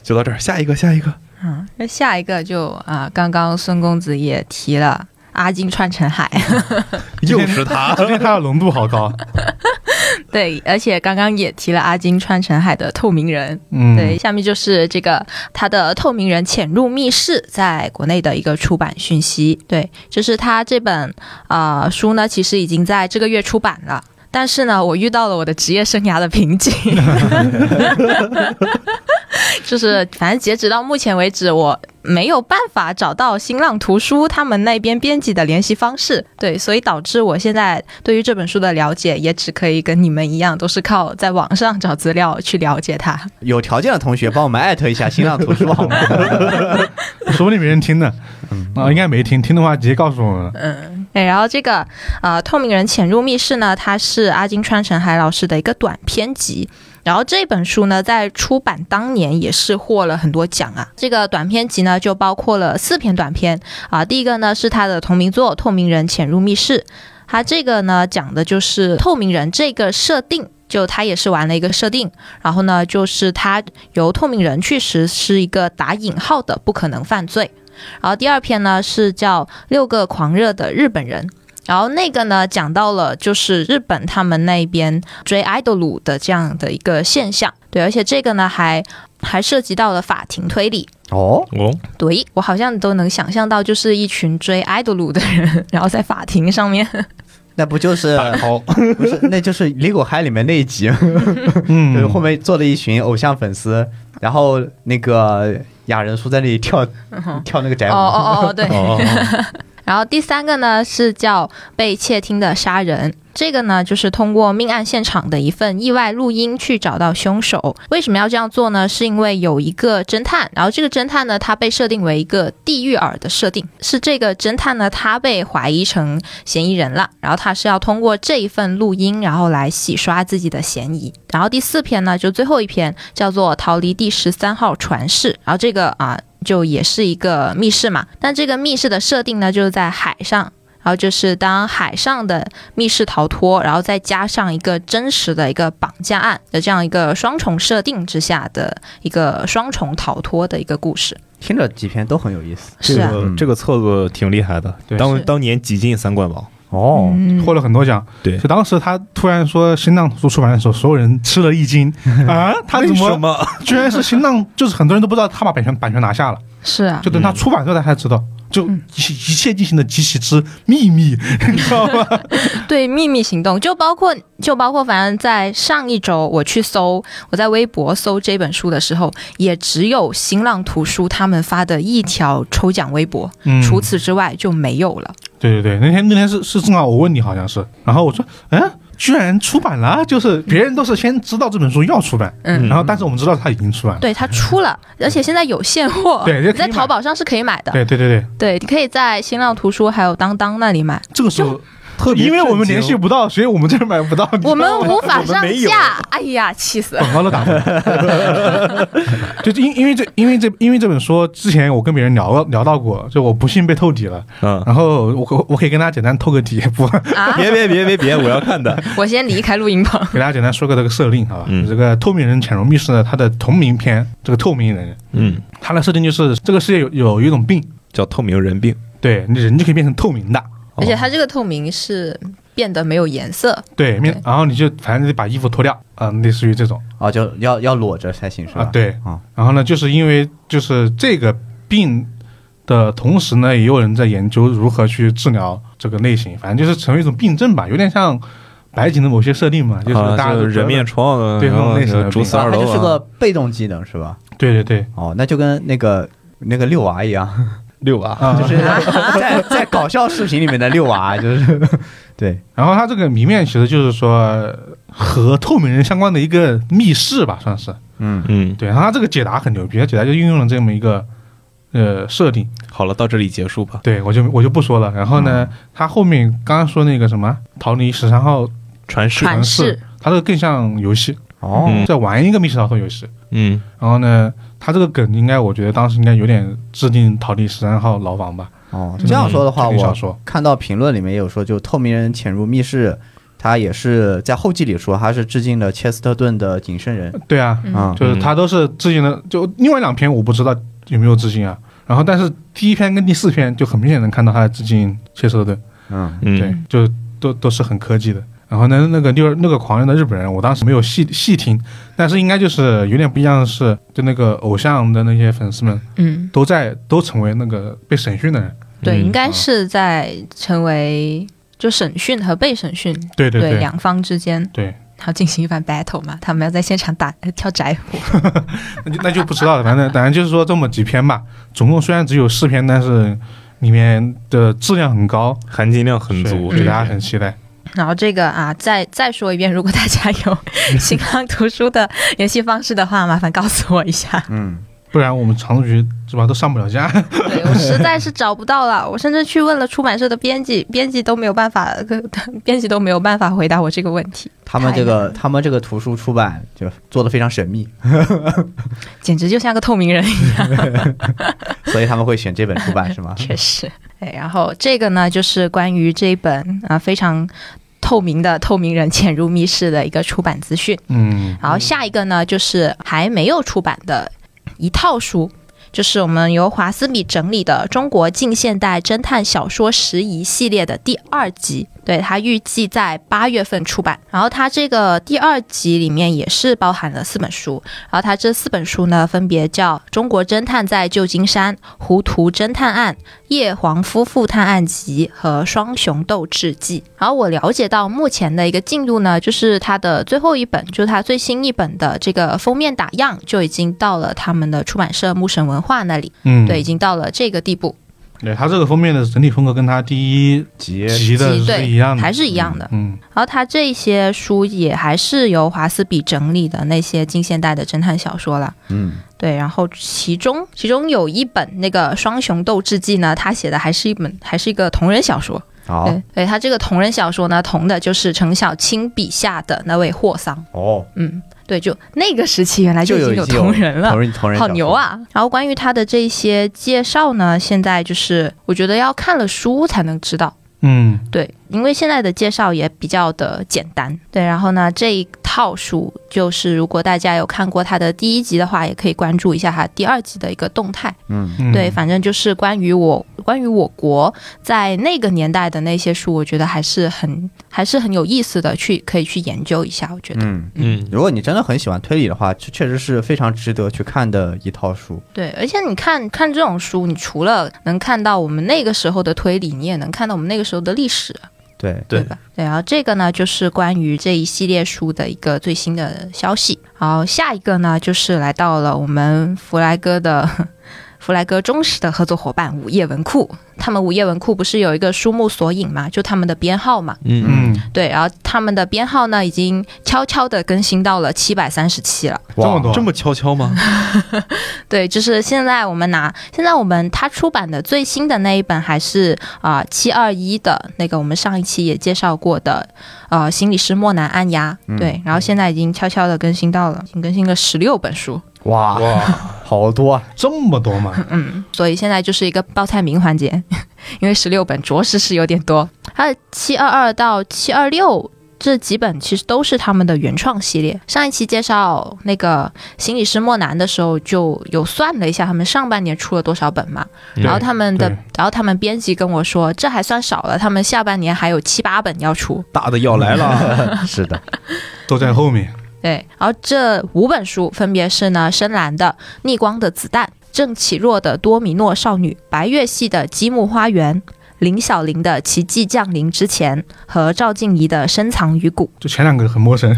就到这儿，下一个，下一个。嗯，那下一个就啊、刚刚孙公子也提了阿金川澄海， 又是他，今天他的浓度好 高。对，而且刚刚也提了阿金川澄海的透明人，嗯，对，，下面就是这个他的《透明人潜入密室》在国内的一个出版讯息。对，就是他这本呃书呢，其实已经在这个月出版了。但是呢，我遇到了我的职业生涯的瓶颈，就是反正截止到目前为止，我没有办法找到新浪图书他们那边编辑的联系方式，对，所以导致我现在对于这本书的了解也只可以跟你们一样，都是靠在网上找资料去了解它。 有条件的同学帮我们艾特一下新浪图书好吗？说不定没人听呢。嗯啊，应该没听，听的话直接告诉我们。对，哎然后这个呃，《透明人潜入密室》呢，它是阿金川澄海老师的一个短篇集。然后这本书呢，在出版当年也是获了很多奖啊。这个短篇集呢，就包括了四篇短篇啊。第一个呢是他的同名作《透明人潜入密室》，他这个呢讲的就是透明人这个设定，就他也是玩了一个设定，然后呢就是他由透明人去实施一个打引号的不可能犯罪。然后第二篇呢是叫《六个狂热的日本人》。然后那个呢，讲到了就是日本他们那边追 idol 的这样的一个现象，对，而且这个呢还还涉及到了法庭推理， 哦，哦，对我好像都能想象到，就是一群追 idol 的人， 然后在法庭上面，那不就是哎好，不是？那就是《legal high》里面那一集，嗯，就是后面坐了一群偶像粉丝，然后那个雅人叔在那里跳跳那个宅舞。哦哦 哦，对，哦， 然后第三个呢是叫被窃听的杀人，这个呢就是通过命案现场的一份意外录音去找到凶手。为什么要这样做呢？是因为有一个侦探，然后这个侦探呢他被设定为一个地狱耳的设定，是这个侦探呢他被怀疑成嫌疑人了，然后他是要通过这一份录音，然后来洗刷自己的嫌疑。然后第四篇呢就最后一篇叫做逃离第十三号船室，然后这个啊就也是一个密室嘛，但这个密室的设定呢，就是在海上。然后就是当海上的密室逃脱，然后再加上一个真实的一个绑架案的这样一个双重设定之下的一个双重逃脱的一个故事，听着几篇都很有意思。这是啊，个这个册子挺厉害的，嗯对当是当年挤进三冠王，哦，嗯获了很多奖。对就当时他突然说新浪图书出版的时候，所有人吃了一 惊啊，他怎为什么 么？居然是新浪？就是很多人都不知道他把版权版权拿下了，是啊，嗯就等他出版之后他才知道。就一切一切进行的极其之秘密， 你知道 吗？对秘密行动，就包括就包括，反正在上一周我去搜，我在微博搜这本书的时候，也只有新浪图书他们发的一条抽奖微博，嗯，除此之外就没有了。对对对，那天那天是是正好我问你好像是，然后我说，嗯，居然出版了，啊就是别人都是先知道这本书要出版，嗯然后但是我们知道它已经出版了，对，它出了，而且现在有现嗯货，对这可以你在买淘宝上是可以买的。对对对对，对，你可以在新浪图书还有当当那里买。这个时候特别因为我们联系震不到，所以我们这儿买不到，我们无法我们上没有架，哎呀，气死了！广告都打不了。 就因因为这因为这因为这本书之前我跟别人聊过聊到过，就我不幸被透底了，嗯，然后我我我可以跟大家简单透个底，不啊，别别别别别，我要看的。我先离开录音棚。给大家简单说个这个设定，好吧？嗯这个透明人潜入密室呢，它的同名篇，这个透明人，嗯，它的设定就是这个世界有有一种病，叫透明人病。对你人就可以变成透明的，而且它这个透明是变得没有颜色，对，面对然后你就反正得把衣服脱掉，嗯、类似于这种哦，就要要裸着才行是吧？啊，对啊，然后呢，就是因为就是这个病的同时呢，也有人在研究如何去治疗这个类型，反正就是成为一种病症吧，有点像白景的某些设定嘛，就是啊，大家就都人面疮啊，对然后那是那人个竹面丝疮二它楼就是啊个被动技能是吧？对对对，哦，那就跟那个那个遛娃一样，六啊，啊、就是 在在搞笑视频里面的遛娃，就是 对，然后它这个谜面其实就是说和透明人相关的一个密室吧，算是嗯，嗯，对。然后它这个解答很牛逼，它解答就运用了这么一个呃设定。好了，到这里结束吧。对我就我就不说了。然后呢，嗯它后面刚刚说那个什么逃离十三号传世，城传市世，它这个更像游戏，哦，嗯在玩一个密室逃脱游戏。嗯然后呢，它这个梗应该我觉得当时应该有点致敬逃离十三号牢房吧。哦，这样说的话，推嗯理小我说看到评论里面也有说，就透明人潜入密室，他也是在后记里说，他是致敬了切斯特顿的隐身人对啊，嗯啊，就是它都是致敬的，就另外两篇我不知道有没有致敬啊。然后，但是第一篇跟第四篇就很明显能看到它的致敬切斯特顿，嗯，嗯，对，就都都是很科技的。然后呢，那个六那个狂人的日本人，我当时没有细细听，但是应该就是有点不一样的是，就那个偶像的那些粉丝们嗯，都在都成为那个被审讯的人，对，嗯应该是在成为就审讯和被审讯对对对两方之间，对，然后进行一番 battle 嘛，他们要在现场打呃跳宅舞，那就那就不知道了，反正反正就是说这么几篇吧，总共虽然只有四篇，但是里面的质量很高，含金量很所以足，我觉这得个大家很期待。然后这个啊，再再说一遍，如果大家有新浪图书的联系方式的话，麻烦告诉我一下嗯，不然我们常驻局是吧都上不了架。 对我实在是找不到了，我甚至去问了出版社的编辑，编辑都没有办法，呃 编辑都没有办法回答我这个问题，他们这太个难了他们这个图书出版就做的非常神秘，简直就像个透明人一样。所以他们会选这本出版是吗？ 确实，对。哎然后这个呢，就是关于这一本啊、非常透明的《透明人潜入密室》的一个出版资讯。嗯，然后下一个呢，就是还没有出版的一套书。就是我们由华斯比整理的《中国近现代侦探小说拾遗》系列的第二集，对它预计在八月份出版。然后它这个第二集里面也是包含了四本书，然后它这四本书呢，分别叫《中国侦探在旧金山》《糊涂侦探案》《叶黄夫妇探案集》和《双雄斗智记》。然后我了解到目前的一个进度呢，就是它的最后一本，就是它最新一本的这个封面打样就已经到了他们的出版社木神文化那里，嗯，对，已经到了这个地步，对，它这个封面的整体风格跟它第一急集的集是对一样的，还是一样的。嗯然后它这些书也还是由华斯比整理的那些近现代的侦探小说啦。嗯，对，然后其中其中有一本那个《双雄斗智记》呢，他写的还是一本还是一个同人小说。好对，对他这个同人小说呢，同的就是程小青笔下的那位霍桑。哦，嗯，对，就那个时期原来已有经已经同人了同。人同人好小牛说，啊！然后关于他的这些介绍呢，现在就是我觉得要看了书才能知道，嗯，对，因为现在的介绍也比较的简单。对，然后呢，这一套书就是如果大家有看过它的第一集的话，也可以关注一下它第二集的一个动态。嗯嗯对，反正就是关于我关于我国在那个年代的那些书，我觉得还是很还是很有意思的，去可以去研究一下。我觉得，嗯，嗯，如果你真的很喜欢推理的话，这确实是非常值得去看的一套书。对，而且你看看这种书，你除了能看到我们那个时候的推理，你也能看到我们那个时候的历史，对，对吧？对，然后这个呢，就是关于这一系列书的一个最新的消息。然后下一个呢，就是来到了我们弗莱哥的 弗莱哥忠实的合作伙伴午夜文库。他们午夜文库不是有一个书目索引嘛，就他们的编号嘛。嗯嗯，对，然后他们的编号呢，已经悄悄的更新到了七百三十七了。这么多这么悄悄吗？对，就是现在我们拿，现在我们他出版的最新的那一本还是啊七二一的那个，我们上一期也介绍过的，呃，心理师莫南按压，对，然后现在已经悄悄的更新到了，已经更新了十六本书，哇，哇， 好多啊！这么多 嘛？嗯，所以现在就是一个报菜名环节， 因为十六本着实是有点多。还有七二二到七二六这几本其实都是他们的原创系列。上一期介绍那个心理师莫南的时候，就有算了一下他们上半年出了多少本嘛，对然后他们的对，然后他们编辑跟我说，这还算少了，他们下半年还有七八本要出。大的要来了，是的，都在后面。对，然后这五本书分别是呢，深蓝的《逆光的子弹》，郑启若的《多米诺少女》，白月系的《积木花园》，林小玲的《奇迹降临之前》和赵静怡的《深藏于骨就前两个很陌 生，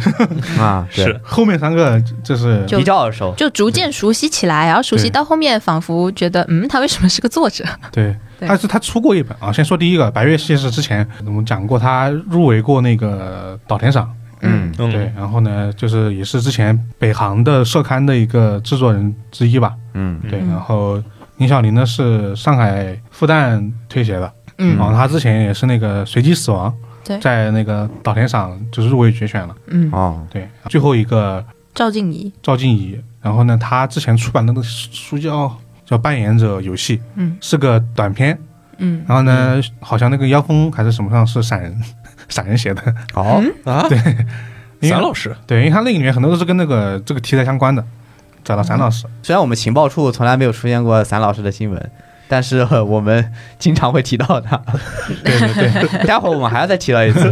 啊，对是后面三个就是就比较耳熟》，。就逐渐熟悉起来，然后熟悉对到后面，仿佛觉得，嗯，他为什么是个作者？对，对但是他出过一本啊。先说第一个，白月系是之前我们讲过，他入围过那个岛田赏，嗯，嗯对，，然后呢，就是也是之前北航的社刊的一个制作人之一吧，嗯，对，嗯然后林小林呢是上海复旦推协的，嗯然后他之前也是那个随机死亡对，在那个岛田赏就是入围决选了，嗯，哦，对，最后一个赵静怡，赵静怡，然后呢，她之前出版的那个书叫叫《扮演者游戏》，嗯，是个短篇，嗯，然后呢，好像那个妖风还是什么上是散人散人写的，好，嗯啊， 对，因散为老师，对，因为他那个里面很多都是跟那个这个题材相关的，找到散老师，嗯虽然我们情报处从来没有出现过散老师的新闻，但是 呃我们经常会提到他。对对 对，待会儿我们还要再提到一次。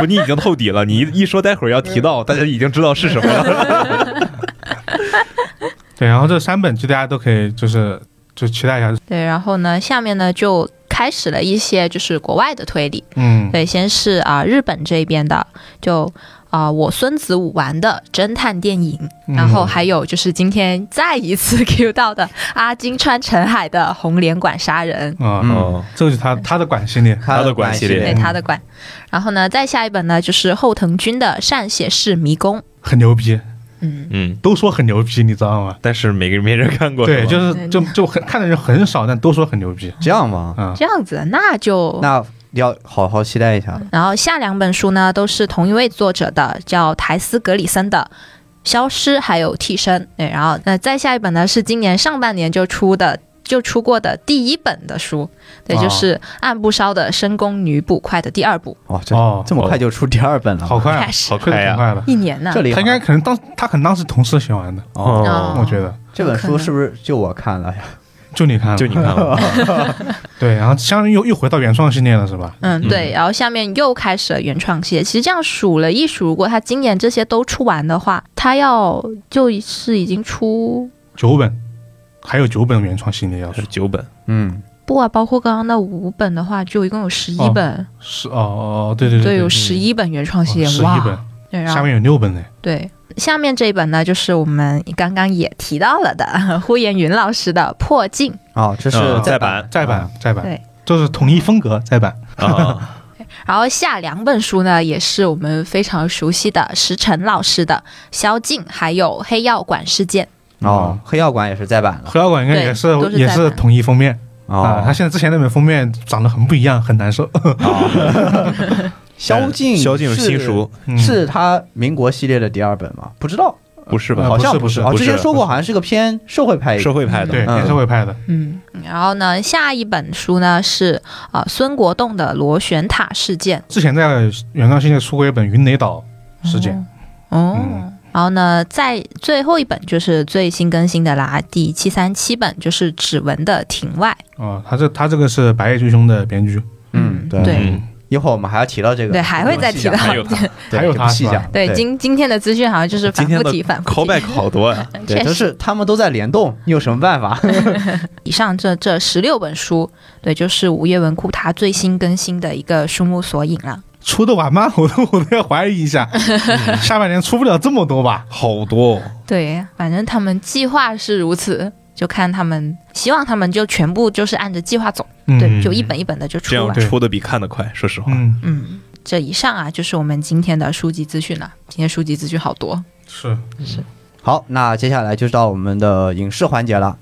不，你已经透底了，你一一说待会儿要提到，大家已经知道是什么了。对，然后这三本就大家都可以就是就期待一下，对，然后呢，下面呢就开始了一些就是国外的推理，嗯，对，先是啊、日本这边的，就啊、我孙子武玩的侦探电影，嗯然后还有就是今天再一次 Q 到的阿金川澄海的《红莲馆杀人》。啊、嗯哦，这个就是他他的管系列，他的管系列对列，他的馆，然后呢，再下一本呢就是后藤君的《善写式迷宫》。很牛逼，嗯，嗯，都说很牛逼，你知道吗？但是每个人没人看过，对，就是是就就很看的人很少，但都说很牛逼这样吗？啊。这样子，那就那要好好期待一下了。然后下两本书呢都是同一位作者的，叫台斯格里森的。消失还有替身，对，然后那再下一本呢是今年上半年就出的，就出过的第一本的书，对，哦就是岸部烧的《深宫女捕快》的第二部，哦，这哦这么快就出第二本了吗，好快啊开！始好快快的挺呀，快的。一年呢这，里他应该可能当他可能当时同时写完的，哦，哦我觉得这本书是不是就我看了呀？就你看了，就你看了， 对，然后相当于又又回到原创系列了，是吧？嗯，对，然后下面又开始了原创系列。其实这样数了一数，如果他今年这些都出完的话，他要就是已经出九本，还有九本原创系列要出是，九本，嗯，不啊，包括刚刚那五本的话，就一共有十一哦本。是哦哦，对对对，有对，十一本原创系列，十哇，一本，对，然下后面有六本呢。对下面这一本呢，就是我们刚刚也提到了的 呼延云老师的《破镜》，哦，这是嗯再版版再版再版，对，就是统一风格再版， 啊，然后下两本书呢，也是我们非常熟悉的石晨老师的《宵禁》，还有《黑药馆事件哦，黑药馆也是再版了黑老馆应该也是对都是也再是版统一封面啊，他哦。现在之前那本封面长得很不一样，很难受。 萧敬萧敬是新书嗯是他民国系列的第二本吗？不知道，不是吧呃？好像不是哦，不之是前说不过是好像是个偏社会派一点，社会派的，对，嗯也是会拍的。》。嗯，然后呢，下一本书呢是啊、呃孙国栋的《螺旋塔事件之前在原创系列出过一本《云雷岛》事件，》哦。嗯然后呢，在最后一本就是最新更新的啦，第七三七本就是《指纹的庭外》。哦，他这他这个是《白夜追凶》的编剧，嗯，对。对嗯，一会儿我们还要提到这个，对 还会再提到还有他，对还有就他不细是吧讲。对，今今天的资讯好像就是反今天复的提，反复提。 callback 好多呀，对，确都实是他们都在联动，你有什么办法？ 以上这这十六本书，对，就是午夜文库它最新更新的一个书目索引了。出的晚吗？我 都我都要怀疑一下，下半年出不了这么多吧？好多哦。对，反正他们计划是如此，就看他们，希望他们就全部就是按着计划走，嗯对，就一本一本的就出这样完。出的比看的快，说实话。嗯，嗯，这以上啊，就是我们今天的书籍资讯了。今天书籍资讯好多，是好，那接下来就到我们的影视环节了。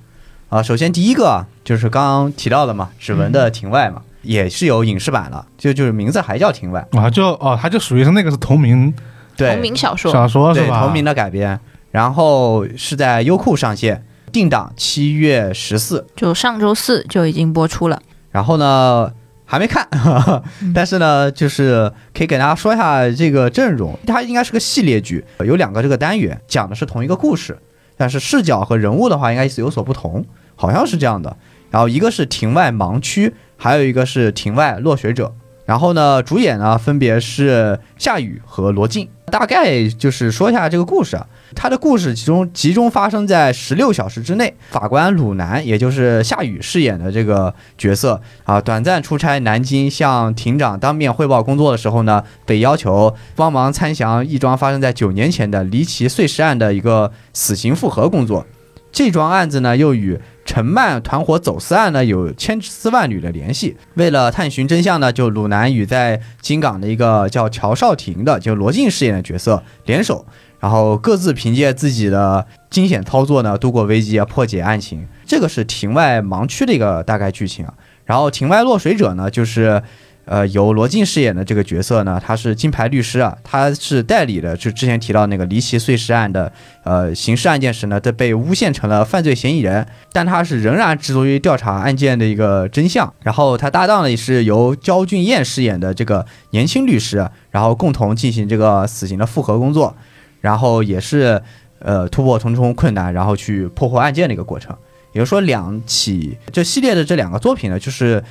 啊，首先第一个啊就是刚刚提到的嘛，指纹的庭外嘛，也是有影视版了，就就是名字还叫庭外，啊，就哦，他就属于是那个是同名对，同名小说，小说对是吧？同名的改编，然后是在优酷上线，定档七月十四。就上周四就已经播出了。然后呢，还没看，哈哈 但是呢，就是可以给大家说一下这个阵容，它应该是个系列剧，有两个这个单元，讲的是同一个故事，但是视角和人物的话应该是有所不同，好像是这样的。然后一个是庭外盲区，还有一个是庭外落水者。然后呢，主演呢分别是夏雨和罗晋。大概就是说一下这个故事啊，它的故事集中集中发生在十六小时之内。法官鲁南，也就是夏雨饰演的这个角色，啊，短暂出差南京向庭长当面汇报工作的时候呢，被要求帮忙参详一桩发生在九年前的离奇碎尸案的一个死刑复核工作。这桩案子呢，又与陈曼团伙走私案呢有千丝万缕的联系。为了探寻真相呢，就鲁南与在金港的一个叫乔少廷的，就罗晋饰演的角色联手，然后各自凭借自己的惊险操作呢，度过危机啊，破解案情。这个是庭外盲区的一个大概剧情啊。然后庭外落水者呢，就是呃由罗晋饰演的这个角色呢，他是金牌律师啊，他是代理了就之前提到那个离奇碎尸案的呃刑事案件时呢，他被诬陷成了犯罪嫌疑人，但他是仍然执着于调查案件的一个真相。然后他搭档呢也是由焦俊艳饰演的这个年轻律师啊，然后共同进行这个死刑的复核工作，然后也是呃突破重重困难，然后去破获案件的一个过程。也就是说，两起这系列的这两个作品呢，就是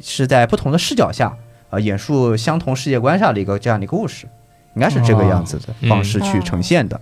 是在不同的视角下，呃，演述相同世界观下的一个这样的一个故事，应该是这个样子的嗯方式去呈现的。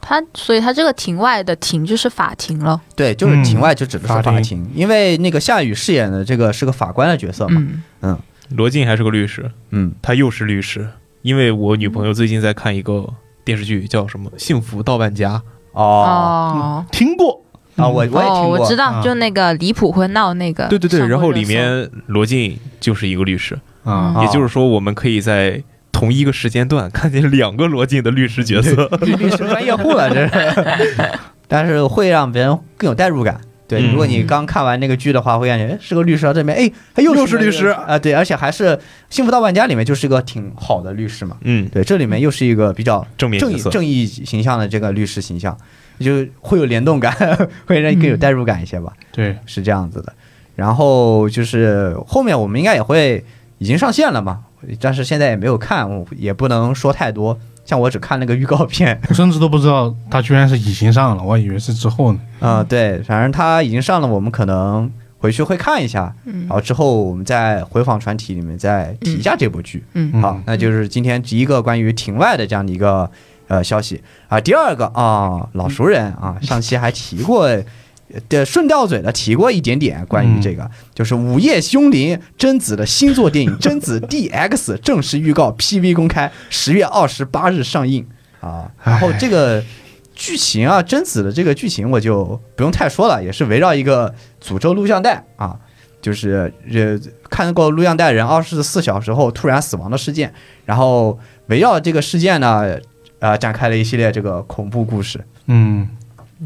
它，所以它这个庭外的庭就是法庭了。对，就是庭外就指的是嗯法法庭，因为那个夏雨饰演的这个是个法官的角色嘛，嗯，罗晋还是个律师，嗯，他又是律师，因为我女朋友最近在看一个电视剧，叫什么《幸福到万家哦哦，听过，啊，我我也听哦，过，我知道，啊就那个离谱婚闹那个》。。嗯对对对，然后里面罗晋就是一个律师，嗯啊哦也就是说，我们可以在同一个时间段看见两个罗晋的律师角色。律师专业户了，这是。 但是会让别人更有代入感。对，嗯如果你刚看完那个剧的话，会感觉哎是个律师啊，这边哎，他又又是是个律师啊、对，而且还是《幸福到万家》里面就是一个挺好的律师嘛。 嗯，对，这里面又是一个比较正面正角义色。正义形象的这个律师形象，就会有联动感， 会让你更有代入感一些吧，对，是这样子的。然后就是后面我们应该也会已经上线了嘛，但是现在也没有看，我也不能说太多。像我只看那个预告片， 我甚至都不知道他居然是已经上了，我还以为是之后呢。嗯，对，反正它已经上了，我们可能回去会看一下，然后之后我们再回访传体里面再提一下这部剧。嗯嗯好，那就是今天第一个关于庭外的这样的一个呃消息啊。第二个啊、老熟人啊，上期还提过。的顺掉嘴的提过一点点关嗯于这个，就是《午夜凶铃》贞子的新作电影《贞子 DX》正式预告 PV 公开，十月二十八日上映啊。然后这个剧情啊，贞子的这个剧情我就不用太说了，也是围绕一个诅咒录像带啊，就是呃看过录像带人二十四小时后突然死亡的事件，然后围绕这个事件呢，呃展开了一系列这个恐怖故事嗯，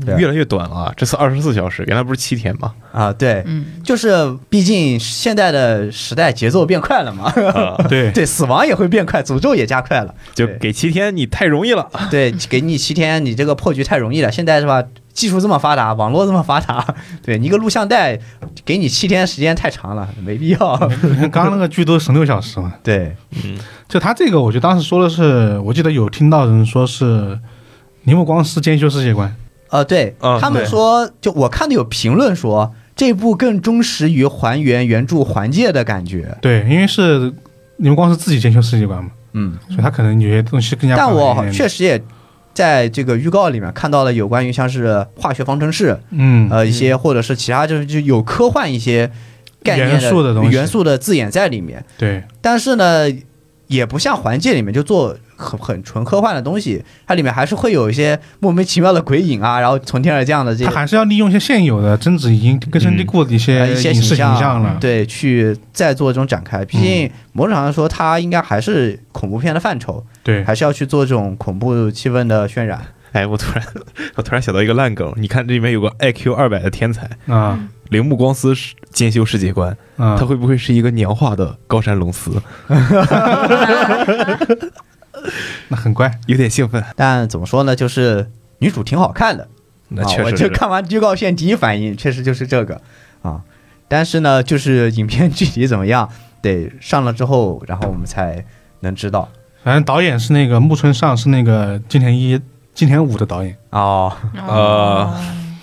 对越来越短了啊，这次二十四小时，原来不是七天吗？啊，对，嗯，就是毕竟现在的时代节奏变快了嘛，啊对， 对，死亡也会变快，诅咒也加 快了，就对给七天，你太容易了。对，给你七天，你这个破局太容易了。现在是吧？技术这么发达，网络这么发达，对你一个录像带给你七天时间太长了，没必要。你看刚刚那个剧都十六小时嘛， 对，就他这个，我觉得当时说的是，我记得有听到人说是铃木光司兼修世界观，呃，对、嗯他们对说，就我看到有评论说，这部更忠实于还原原著环界的感觉。对，因为是铃木光司自己兼修世界观嘛，嗯，所以他可能有些东西更加但不好我理解确实也在这个预告里面看到了有关于像是化学方程式，嗯呃，一些或者是其他就是就有科幻一些概念元素的东西元素的字眼在里面。对但是呢，也不像环界里面就做很很纯科幻的东西，它里面还是会有一些莫名其妙的鬼影啊，然后从天而降的这他些还是要利用一些现有的贞子已经根深蒂固的一些呃一影些视形象象了，嗯对，去再做这种展开。毕竟某种程度上说，它应该还是恐怖片的范畴，对还是要去做这种恐怖气氛的渲染。哎，我突然我突然想到一个烂梗，你看这里面有个 IQ 二百的天才啊铃木光司是兼修世界观，嗯啊他，会不会是一个娘化的高山龙司？那很怪，有点兴奋，但怎么说呢，就是女主挺好看的，那啊确我实。就是看完预告片第一反应确实就是这个啊。但是呢，就是影片具体怎么样，得上了之后，然后我们才能知道。反正导演是那个木村上，是那个金田一、金田五的导演，哦， 呃，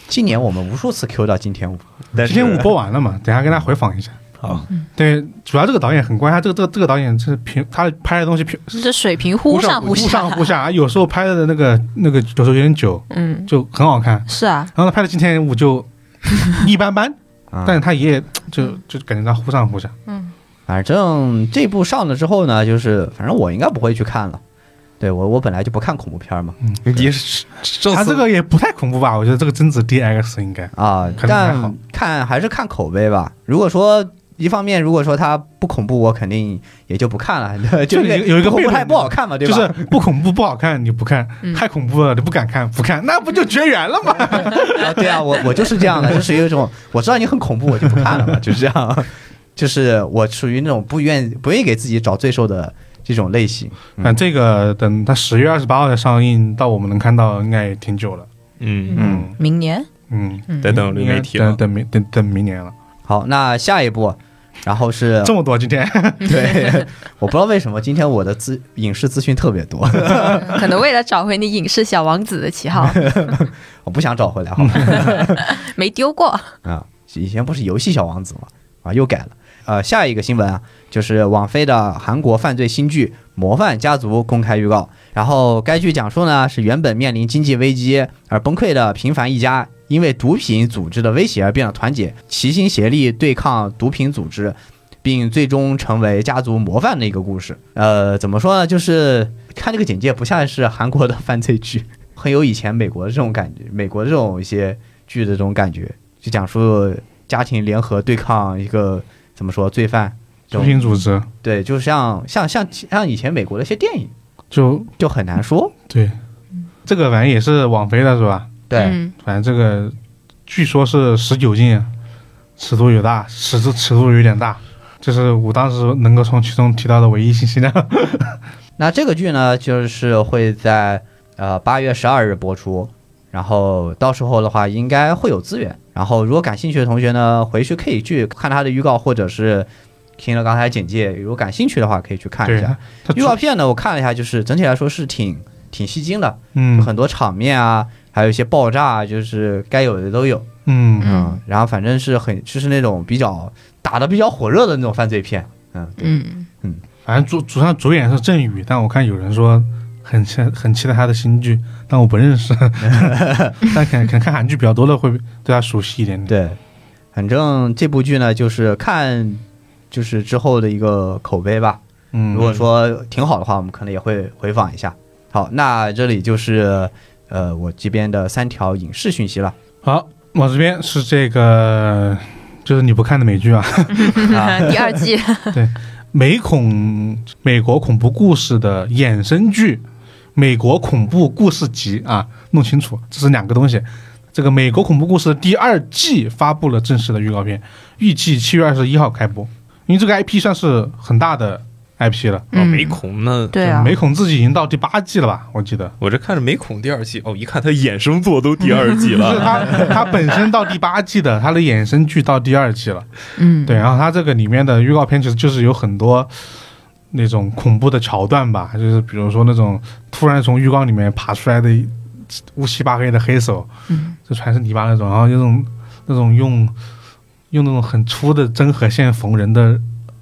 今年我们无数次 Q 到金田五，但金是啊田五播完了嘛，等一下跟大家回访一下。好，对，主要这个导演很怪，他这个这个这个导演是平，他拍的东西平这水平忽上忽下上，忽下，有时候拍的那个那个有时候有点久，嗯，就很好看。是啊，然后他拍的《今天五》就一般般，啊、但是他也就就感觉他忽上忽下。反正这部上了之后呢，就是反正我应该不会去看了。对我，我本来就不看恐怖片嗯嘛，你是上他次这个也不太恐怖吧？我觉得这个贞子 DX 应该啊，可能还好但看还是看口碑吧。如果说一方面，如果说它不恐怖，我肯定也就不看了， 就因为有有一个恐悖怖论还不好看嘛，对就吧？是不恐怖不好看你不看，嗯太恐怖了你不敢看不看，那不就绝缘了吗？啊，对啊，我我就是这样的，就属于一种我知道你很恐怖，我就不看了嘛，就是这样。 就是我属于那种不愿不愿意给自己找罪受的这种类型。嗯反正这个等他十月二十八号才上映，到我们能看到应该也挺久了。嗯，嗯明年嗯，等等流应媒该体了等，等明等等明年了，好，那下一步，然后是这么多今天对， 我不知道为什么今天我的资影视资讯特别多， 可能为了找回你影视小王子的旗号，我不想找回来好吗？没丢过。啊，以前不是游戏小王子吗？啊，又改了。呃，下一个新闻啊，就是网飞的韩国犯罪新剧《模范家族》公开预告。然后该剧讲述呢是原本面临经济危机而崩溃的平凡一家，因为毒品组织的威胁而变得团结，齐心协力对抗毒品组织，并最终成为家族模范的一个故事。呃，怎么说呢？就是看这个简介不像是韩国的犯罪剧，很有以前美国的这种感觉，美国这种一些剧的这种感觉。就讲述家庭联合对抗一个怎么说罪犯， 中心组织对，就像像像像以前美国的一些电影，就就很难说。对，这个反正也是网飞的是吧？嗯反正这个据说是十九禁啊，尺度有大，尺度尺度有点大，这是我当时能够从其中提到的唯一信息量。那这个剧呢，就是会在呃八月十二日播出，然后到时候的话应该会有资源。然后如果感兴趣的同学呢，回去可以去看它的预告，或者是听了刚才简介，如果感兴趣的话可以去看一哎对下。，它预告片呢，我看了一下，就是整体来说是挺挺吸睛的，嗯有很多场面啊，还有一些爆炸啊，就是该有的都有。嗯，嗯，然后反正是很就是那种比较打的比较火热的那种犯罪片，嗯，对，嗯，反正主主上主演是郑宇，但我看有人说很期很期待他的新剧，但我不认识，但可能可能看韩剧比较多的会对他熟悉一点点。对，反正这部剧呢，就是看就是之后的一个口碑吧。嗯，如果说挺好的话，我们可能也会回访一下。好，那这里就是呃我这边的三条影视讯息了。好，我这边是这个就是你不看的美剧啊，嗯 第二季美恐美国恐怖故事的衍生剧《美国恐怖故事集》啊，弄清楚，这是两个东西。这个《美国恐怖故事》第二季发布了正式的预告片，预计七月二十一号开播。因为这个 IP 算是很大的 IP 了。哦，嗯没孔呢？对啊，美恐自己已经到第八季了吧？我记得。我这看着没孔第二季，哦，一看他衍生作都第二季 就是 了。他，他本身到第八季的，他的衍生剧到第二季了。嗯，对，然后它这个里面的预告片其实就是有很多那种恐怖的桥段吧，就是比如说那种突然从浴缸里面爬出来的一乌漆八黑的黑手，嗯就全是泥巴那种，然后那种那种用用那种很粗的针和线缝人的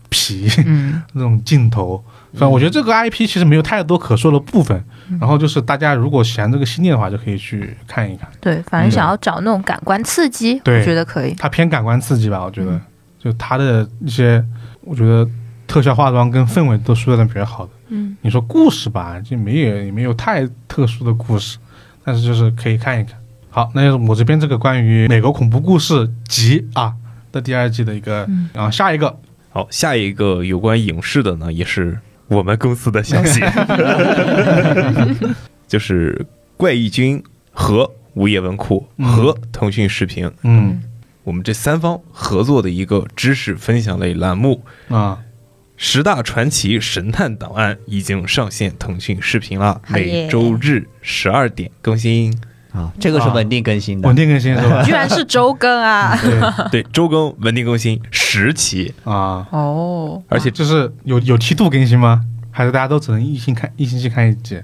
皮嗯 那种镜头。反正我觉得这个 IP 其实没有太多可说的部分，嗯然后就是大家如果喜欢这个系列的话，就可以去看一看。对，反正想要找那种感官刺激，对我觉得可以。它偏感官刺激吧，我觉得，就它的一些，我觉得特效化妆跟氛围都塑造的比较好的。嗯，你说故事吧，就没有也没有太特殊的故事，但是就是可以看一看。好，那就是我这边这个关于美国恐怖故事集啊的第二季的一个，然后下一个好，下一个有关影视的呢，也是我们公司的消 息，就是怪异君和午夜文库和腾讯视频，嗯我们这三方合作的一个知识分享类栏目啊，十大传奇神探档案已经上线腾讯视频了，好耶每周日十二点 更新。啊，这个是稳定更新的稳。定更新是吧？居然是周 更啊！对对，周更稳定更新十期，啊，哦，而且就是有有梯度更新吗？还是大家都只能一星看一星期看一集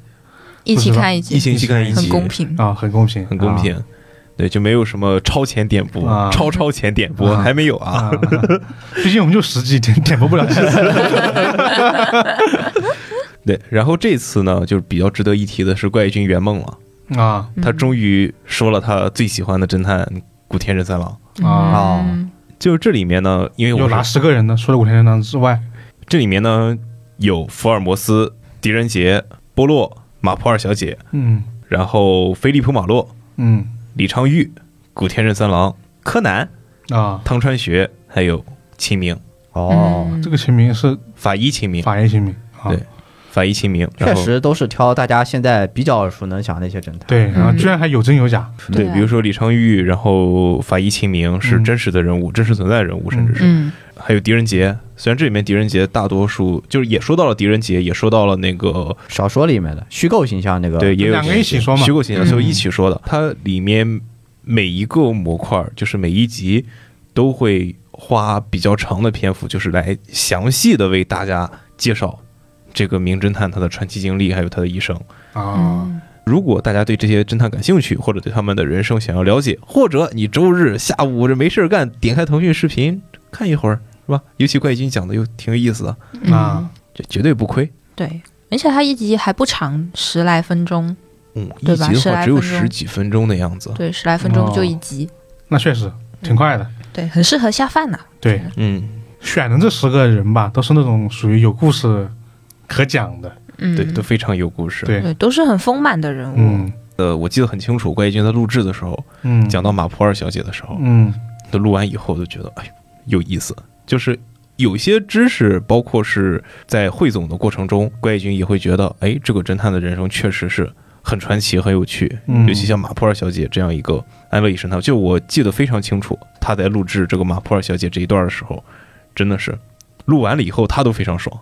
一起看一一集，星期看一集，很公，平。啊啊？很公平，很公平。对，就没有什么超前点播、啊超超前点播，啊还没有啊啊。啊！ 毕竟我们就十集，点点播不了几次。对，然后这次呢，就是比较值得一提的是怪异君圆梦了，啊嗯他终于说了他最喜欢的侦探古田任三郎。啊，哦嗯就是这里面呢，因为有我哪是十个人呢？除了古天乐之外，这里面呢有福尔摩斯、狄仁杰、波洛、马普尔小姐，嗯然后菲利普马洛、嗯李昌钰、古田任三郎、柯南、啊，汤川学，还有秦明哦，嗯这个秦明是法医秦明，法医秦明啊，对法医秦明，确然后实都是挑大家现在比较耳熟能详的一些侦探。对，然后嗯居然还有真有假，对，比如说李昌钰，然后法医秦明是嗯真实的人物，真实存在人物，甚至是嗯还有狄仁杰。虽然这里面狄仁杰大多数就是也说到了狄仁杰，也说到了那个小说里面的虚构形象那个，对，也有两个一起说嘛虚构形象，嗯所以一起说的。它里面每一个模块儿，就是每一集都会花比较长的篇幅，就是来详细的为大家介绍这个名侦探他的传奇经历，还有他的一生。啊，嗯如果大家对这些侦探感兴趣，或者对他们的人生想要了解，或者你周日下午这没事儿干，点开腾讯视频看一会儿，是吧？尤其怪异君讲的又挺有意思的，啊，这绝对不亏。嗯对，而且它一集还不长，十来分钟，嗯，一对吧集的十来话只有分钟十几分钟的样子。对，十来分钟就一集，那确实挺快的。对，很适合下饭呐。对，嗯，选的这十个人吧，都是那种属于有故事可讲的，嗯，对，都非常有故事。对，对，都是很丰满的人物。嗯呃，我记得很清楚，怪异君在录制的时候，嗯，讲到马普尔小姐的时候，嗯他录完以后就觉得，哎，有意思。就是有些知识，包括是在汇总的过程中，怪异君也会觉得，哎，这个侦探的人生确实是很传奇、很有趣。嗯尤其像马普尔小姐这样一个安慰神探，就我记得非常清楚，他在录制这个马普尔小姐这一段的时候，真的是录完了以后，他都非常爽，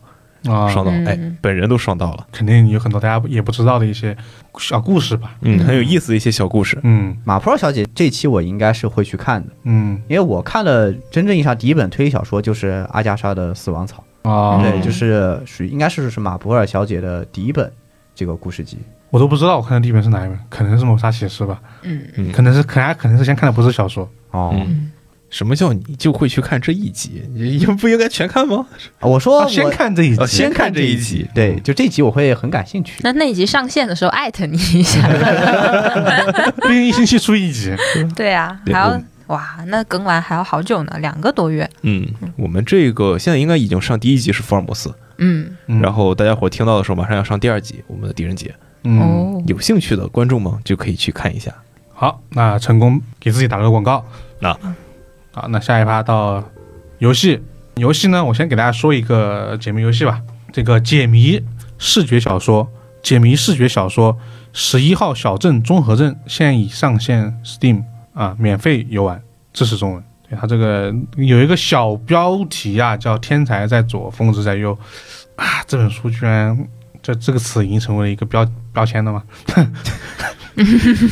啊，爽到嗯哎，本人都爽到了。肯定有很多大家也不知道的一些小故事吧。嗯，很有意思的一些小故事。嗯马普尔小姐这期我应该是会去看的，嗯因为我看了真正意义上第一本推理小说就是阿加莎的《死亡草》，啊，对，就是属于应该是是马普尔小姐的第一本这个故事集。我都不知道我看的第一本是哪一本，可能是《谋杀启示》吧，嗯嗯可能是可能可能是先看的不是小说，哦，嗯，什么叫你就会去看这一集？ 你应不应该全看吗？我说我、啊先看这一集，哦先看这一集对，就这集我会很感兴趣。那那一集上线的时候艾特你一下，毕 竟一星期出一集， 哦对啊，对还要我哇，那更完还要好久呢，两个多月。嗯，我们这个现在应该已经上第一集是福尔摩斯，嗯，嗯然后大家伙听到的时候马上要上第二集，我们的狄仁杰。嗯，哦，有兴趣的观众们就可以去看一下。 好，那成功给自己打了个广告。那好，那下一趴到游戏，游戏呢，我先给大家说一个解谜游戏吧。这个解谜视觉小说，解谜视觉小说十一号小镇综合症现已上线 Steam 啊，免费游玩，支持中文。对他这个有一个小标题啊，叫“天才在左，疯子在右”，啊，这本书居然这这个词已经成为了一个标标签了嘛？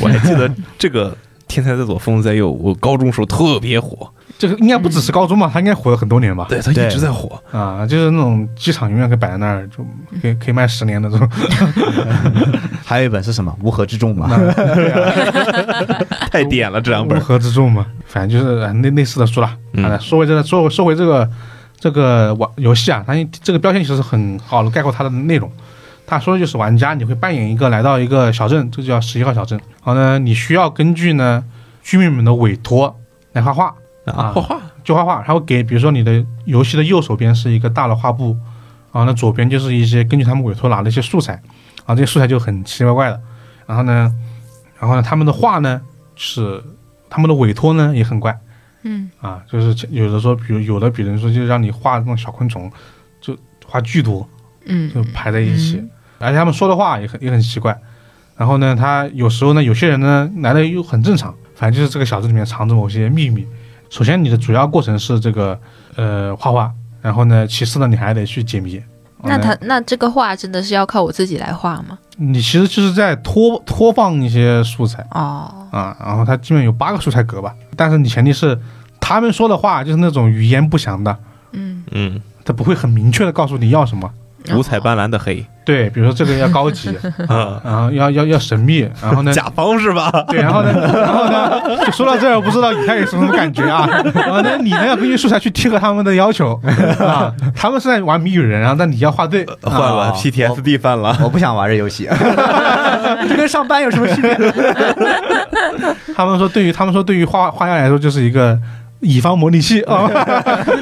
我还记得这个《天才在左，疯子在右》，我高中时候特别火，这个应该不只是高中吧，他应该火了很多年吧？对他一直在火。啊，就是那种机场永远可以摆在那儿，就可以可以卖十年的这种。还有一本是什么《乌合之众》嘛，那对啊太点了这两乌本。合之众嘛，反正就是呃类类似的书啦。嗯啊，说回这个，说回说回这个这个玩游戏啊，它这个标签其实很好的概括它的内容。他说的就是玩家，你会扮演一个来到一个小镇，这就叫十一号小镇。然后呢，你需要根据呢居民们的委托来画画，啊画画就画画。他会给，比如说你的游戏的右手边是一个大的画布，然后呢左边就是一些根据他们委托拿的一些素材，啊，这些素材就很奇奇怪怪的。然后呢，然后呢他们的画呢是他们的委托呢也很怪，嗯，啊，就是有的说，比如有的比如说就让你画那种小昆虫，就画巨多，嗯就排在一起，而且他们说的话也很也很奇怪。然后呢，他有时候呢，有些人呢来的又很正常，反正就是这个小镇里面藏着某些秘密。首先，你的主要过程是这个呃画画，然后呢，其次呢，你还得去解谜。啊那嗯他那这个画真的是要靠我自己来画吗？你其实就是在拖拖放一些素材哦，啊，然后它基本有八个素材格吧，但是你前提是他们说的话就是那种语言不详的，嗯， 嗯，他不会很明确的告诉你要什么。五彩斑斓的黑对，比如说这个要高级，啊，然后要要要神秘，然后呢，甲方是吧？对，然后呢，然后呢，就说到这儿，我不知道以太有什么感觉啊？然后呢，你呢要根据素材去贴合他们的要求啊，他们是在玩谜语人，然后那你要画对，换了啊 PTSD 犯了， 我不想玩这 游戏，这跟上班有什么区别？他们说对于他们说对于画画样来说就是一个乙方模拟器啊，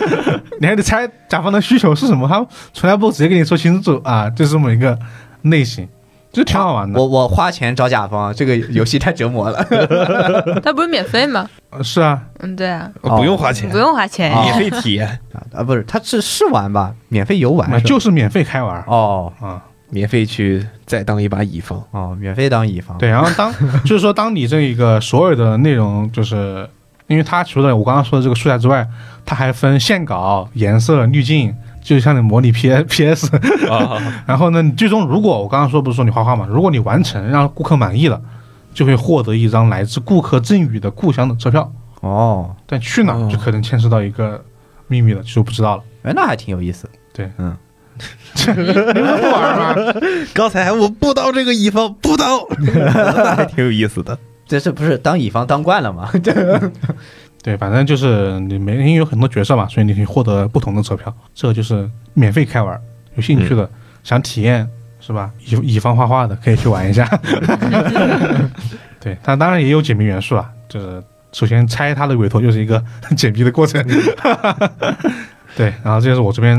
你还得猜甲方的需求是什么，他们从来不直接跟你说清楚啊，就是这么一个类型，就挺好玩的我。我花钱找甲方，这个游戏太 折磨了。他不是免费吗？呃是啊，嗯，对 啊，不用花钱不，用花钱。啊免费体验，啊，不是，它是试玩吧，免费游玩是吧就是免费开玩哦啊。免费去再当一把乙方。哦，免费当乙方。对，然后当 就是说，当你这一个所有的内容，就是因为它除了我刚刚说的这个素材之外，它还分线稿、颜色、滤镜，就像你模拟 P P S。啊，然后呢，你最终如果我刚刚说不是说你画画嘛，如果你完成让顾客满意了，就会获得一张来自顾客赠予的故乡的车票。哦，但去哪儿哦就可能牵涉到一个秘密了，就不知道了。哎，那还挺有意思。对，嗯，你们不玩吗？ 刚才我不当这个乙方， 不当，那还挺有意思的。这这不是当乙方当惯了吗？ 对，反正就是你每因为有很多角色嘛，所以你可以获得不同的车票，这就是免费开玩儿。有兴趣的、想体验是吧？乙乙方画画的可以去玩一下。 对，它当然也有解谜元素啊，就是首先拆它的委托就是一个 解谜的过程。 对，然后这就是我这边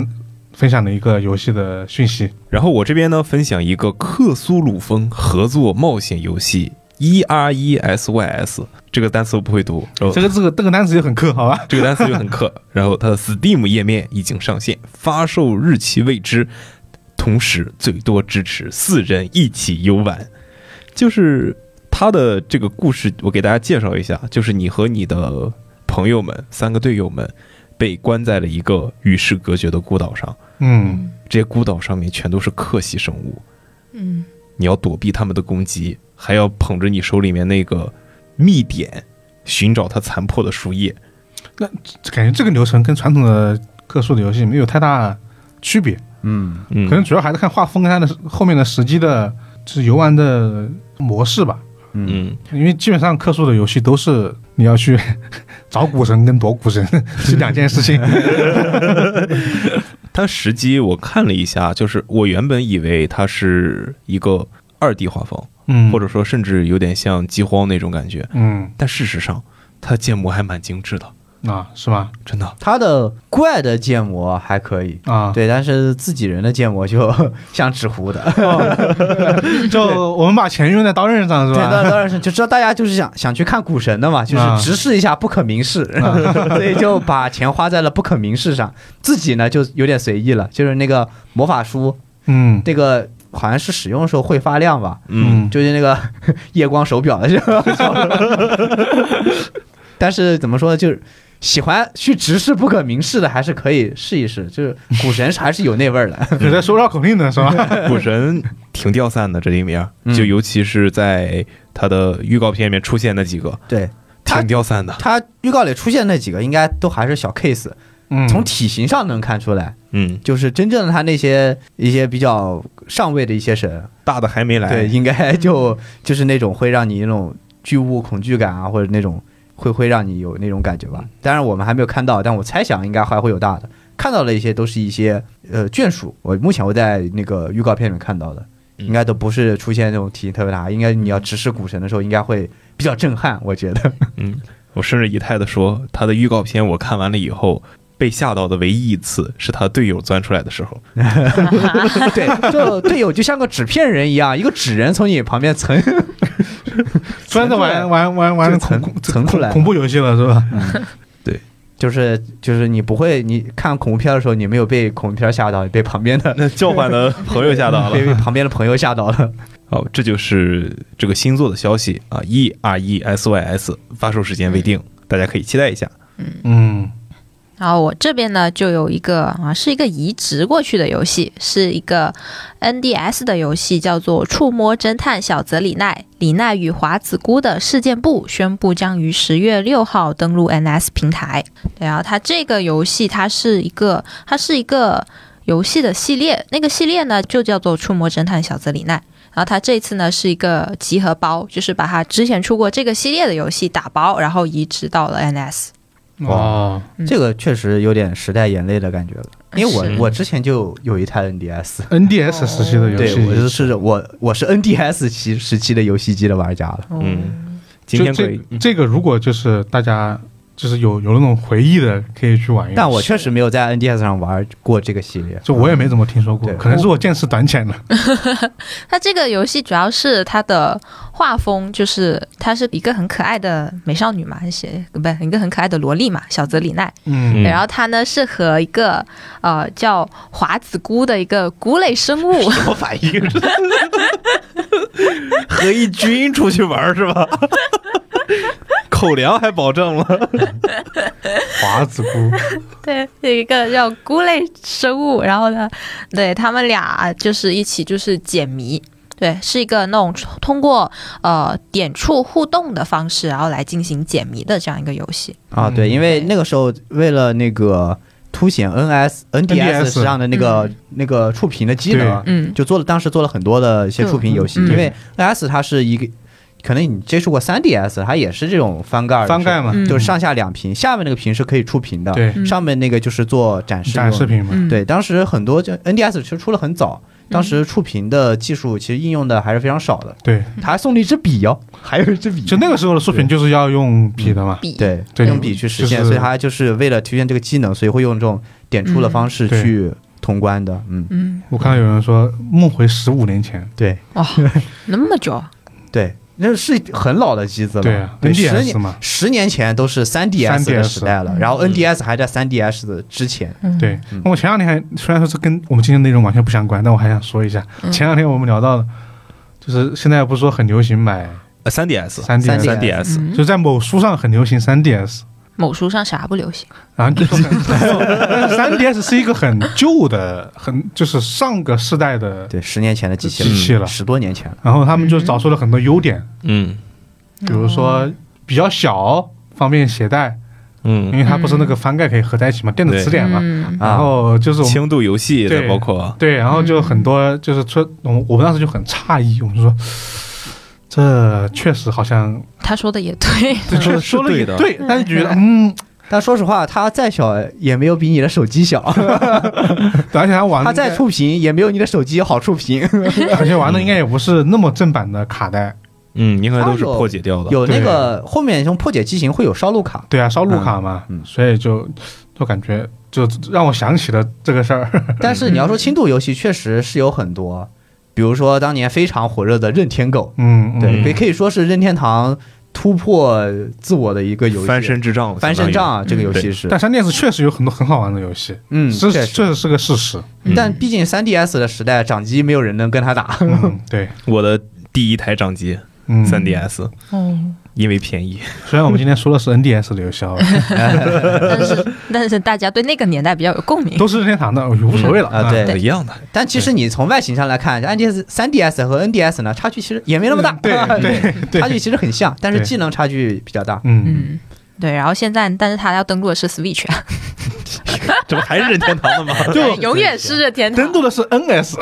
分享的一个游戏的讯息。然后我这边呢，分享一个克苏鲁风合作冒险游戏 E R E S Y S，这个单词我不会读，然后这个这个这个单词就很克，好吧？这个单词就很克。然后它的 Steam 页面已经上线，发售日期未知，同时最多支持四人一起游玩。就是它的这个故事，我给大家介绍一下，就是你和你的朋友们三个队友们被关在了一个与世隔绝的孤岛上，嗯，这些孤岛上面全都是克系生物， 嗯你要躲避他们的攻击，还要捧着你手里面那个密点。寻找它残破的树叶，感觉这个流程跟传统的克数的游戏没有太大区别。嗯，嗯可能主要还是看画风跟它的后面的实际的，就是游玩的模式吧。嗯，因为基本上克数的游戏都是你要去 找古神跟躲古神 是两件事 情。它实际我看了一下，就是我原本以为它是一个二 D 画风，嗯或者说甚至有点像饥荒那种感觉，嗯但事实上它建模还蛮精致的，啊是吧？真 的。他的怪的建模还可以，啊，对，但是自己人的建模就 像纸糊的。就我们把钱用在刀刃上 对，是当吧？当然是就知道大家就是想想去看股神的嘛，就啊是直视一下不可明视， 所以就把钱花在了不可明视上，自己呢就有点随意了，就是那个魔法书，嗯那个好像是使用的时候会发亮吧，嗯，就是那个 夜光手表的时候。但是怎么说呢，就是喜欢去直视不可明视的，还是可以试一试。就是股神还是有那味 儿的。你在说绕口令呢是吧？股神挺掉散的，这里面嗯就尤其是在他的预告片里面出现那几个，对他挺掉散的。他预告里出现那几个，应该都还是小 case，嗯，从体型上能看出来，嗯，就是真正的他那些一些比较上位的一些神，大的还没来。对，，应该就就是那种会让你那种巨物恐惧感啊，或者那种会会让你有那种感觉嗯吧。当然我们还没有看到，但我猜想应该还会有大的。看到的一些都是一些呃眷属，我目前我在那个预告片里面看到的，嗯应该都不是出现那种体型特别大，应该你要直视股神的时候，应该会比较震撼，我觉 得。我甚至仪态的说，他的预告片我看完了以后。被吓到的唯一一次是他队友钻出来的时候，对，就队友就像个纸片人一样，一个纸人从你旁边蹭。专着玩玩玩玩就层恐恐层出来恐怖游戏了是吧？就是就是你不会，你看恐怖片的时候，你没有被恐怖片吓到，你被旁边的那叫唤的朋友 吓到 了被。被旁边的朋友吓到了。好，这就是这个星座的消息啊，E R E S Y S，发售时间未定，大家可以期待一下。嗯，然后我这边呢，就有一个啊，是一个移植过去的游戏，是一个 NDS 的游戏，叫做《触摸侦探小泽里奈》。里奈与华子姑的事件簿宣布将于十月六号登陆 NS 平台。对啊，它这个游戏它是一个，它是一个游戏的系列，那个系列呢就叫做《触摸侦探小泽里奈》。然后它这次呢是一个集合包，就是把它之前出过这个系列的游戏打包，然后移植到了 NS。哦，嗯这个确实有点时代眼泪的感觉了，因为是我我之前就有一台 NDS， NDS 时期的游对戏，我就是我我是 NDS 期时期的游戏机的玩家了。哦嗯，今就天可这以，嗯这个如果就是大家就是有有那种回忆的，可以去玩一玩。但我确实没有在 NDS 上玩过这个系列，嗯就我也没怎么听说过对，可能是我见识短浅了。它这个游戏主要是它的画风，就是它是一个很可爱的美少女嘛，写不是一个很可爱的萝莉嘛，小泽里奈。嗯嗯然后它呢是和一个呃叫华子菇的一个菇类生 物什么反应？啊和一军出去玩是吧？ 口粮还保证了，华子菇，对，有一个叫菇类生物，然后呢，对他们俩就是一起就是解谜，对，是一个那种通过呃点触互动的方式，然后来进行解谜的这样一个游戏。啊，对，嗯因为那个时候为了那个凸显 NS NDS NDS 实际上的那个、那个触屏的机能，嗯就做了当时做了很多的一些触屏游戏，嗯因为 NS 它是一个。可能你接触过 3DS，它也是这种翻盖儿的翻盖嘛是吧嗯就是上下两屏，下面那个屏是可以触屏的，对，嗯上面那个就是做展示展用视的。频嘛，嗯，对，当时很多就 NDS 其实出了很早，当时触屏的技术其实应用的还是非常少的，对，嗯他还送了一支 笔哦，还有一支笔，就那个时候的视频就是要用笔的嘛，比对，对用笔去实现，就是所以它就是为了体现这个机能，所以会用这种点出的方式嗯对去通关的。嗯，嗯，我看到有人说梦回十五年前，对哇、那么久，啊 对，那是很老的机子了，对啊十 NDS 年嘛十年前都是三 DS 3DS 的时代嗯了，然后 NDS 还在三 DS 的之前。对，我前两天还虽然说这跟我们今天内容完全不相关，但我还想说一下，前两天我们聊到了，就是现在不是说很流行买呃三 DS，三 D， 3D 三 DS，嗯嗯就在某书上很流行三 DS，某书上啥不流行？然后就说三 DS 是一个很旧的，很就是上个世代的对，十年前的机器了，嗯机器了十多年前了。然后他们就找出了很多优点，嗯比如说比较小，方便携带，因嗯，为它不是那个翻盖可以合在一起嘛，电子词典嘛。啊嗯然后就是我们轻度游戏的对包括对，然后就很多就是说，我们我们当时就很诧异，我们就说这确实好像他说的也对，这说的是说了对也的对，但是觉得嗯，但说实话，它再小也没有比你的手 机小，而且他玩它的再触屏也没有你的手机好触屏。 而且玩的应该也不是那么正版的卡带，嗯，应该都是它有破解掉的。有那个后面用破解机型会有烧录卡， 对啊，烧录卡嘛，嗯嗯所以就就感觉就让我想起了这个事儿， 但是你要说轻度游戏，确实是有很多，比如说当年非常火热的任天狗，嗯，对，嗯可以可以说是任天堂突破自我的一个游戏，翻身智障，翻身相仗当于啊，这个游戏是，嗯但三 DS 确实有很多很好玩的游戏，嗯，这确这实。是个事实。嗯但毕竟 3DS 的时代，掌机没有 人能跟他打，嗯，对，我的第一台掌机嗯，三 DS，嗯，因为便宜。虽然我们今天说的是 NDS 的游戏啊，但是但是大家对那个年代比较有共鸣。都是任天堂的，哎无所谓了啊对一样的。但其实你从外形上来看，NDS 3DS 和 NDS 呢，差距其实也没那么大，嗯 嗯对对对，差距其实很像，但是对技能差距比 较大。嗯，嗯，对。然后现在，但是它要登录的是 Switch，啊 这不还是任天堂的吗？就永远是任天登堂。录的是 NS，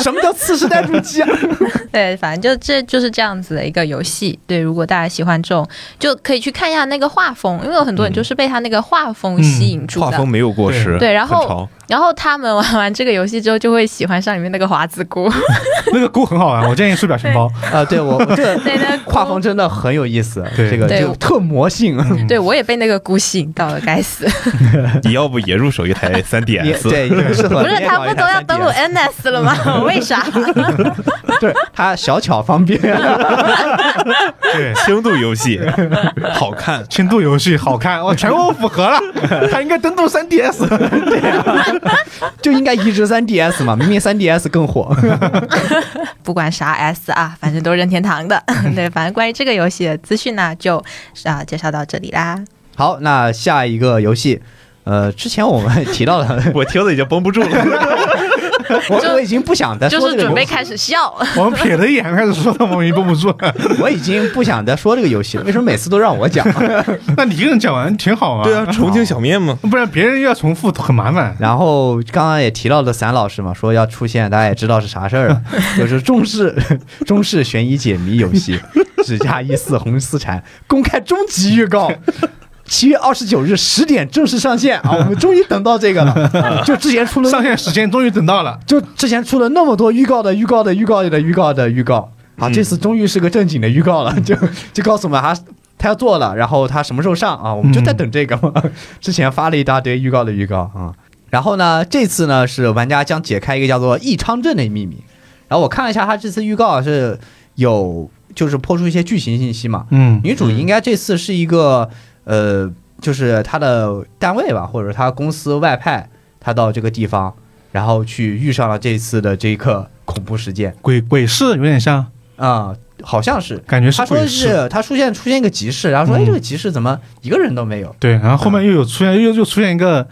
什么叫次世代主机啊？对，反正就这就是这样子的一个游戏。对，如果大家喜欢这种，就可以去看一下那个画风，因为有很多人就是被它那个画风吸引住嗯画的。风没有过时，对然后很潮然后他们玩完这个游戏之后，就会喜欢上里面那个华子姑。 那个菇很好玩，我建议出表情包。 啊，对我我这个对那个画风真的很有意思，对这个对就特魔性。对我也被那个姑吸引到了，该死！你要不也入手一台 也 3DS？对，适合不是你也他搞不一台都要 3DS 登录 NS 了吗？ 为啥？对，它小巧方便。 对，轻度游 戏，好看。 轻度游戏好看，我全部符合了， 它应该登录 3DS。就应该移植 3DS 嘛，明明 3DS 更火。 不管啥 S 啊，反正都是任天 堂的。对，反正关于这个游戏的资讯呢，就啊介绍到这里啦。好，那下一个游戏，呃，之前我们提到了，我听的已经绷不住了， 我我已经不想再就说这是个准游备戏，开始笑，我们瞥了一眼，开始说的我们绷不住。 我已经不想再说这个游戏了。为什么每次都让我讲？ 那你一个人讲完挺好啊。 对啊，重庆小面嘛， 不然别人又要重复，很麻烦。然后刚刚也提到了散老师嘛，说要出现，大家也知道是啥事儿了，就是中式中式悬疑解谜游戏《指甲一四红丝缠》公开终极预告。七月二十九日十点正式上线啊！我们终于等到这个了，就之前出了上线时间终于等到了，就之前出了那么多预告的预告的预告的预告的预告啊，这次终于是个正经的预告了， 就就告诉我们他他要做了，然后他什么时候上啊？我们就在等这个嘛。 之前发了一大堆预告的预告啊，然后呢，这次呢是玩家将解开一个叫做异昌镇的秘密。然后我看了一下他这次预告是有就是抛出一些剧情信息嘛，嗯，女主应该这次是一个呃，就是她的单位吧，或者她公司外派，她到这个地方，然后去遇上了这次的这个恐怖事件鬼鬼市有点像，啊、好像是。感觉是她说鬼市。是她出现出现一个集市，然后说嗯哎这个集市怎么一个人都没有，对，然后后面又有出现，又又出现一个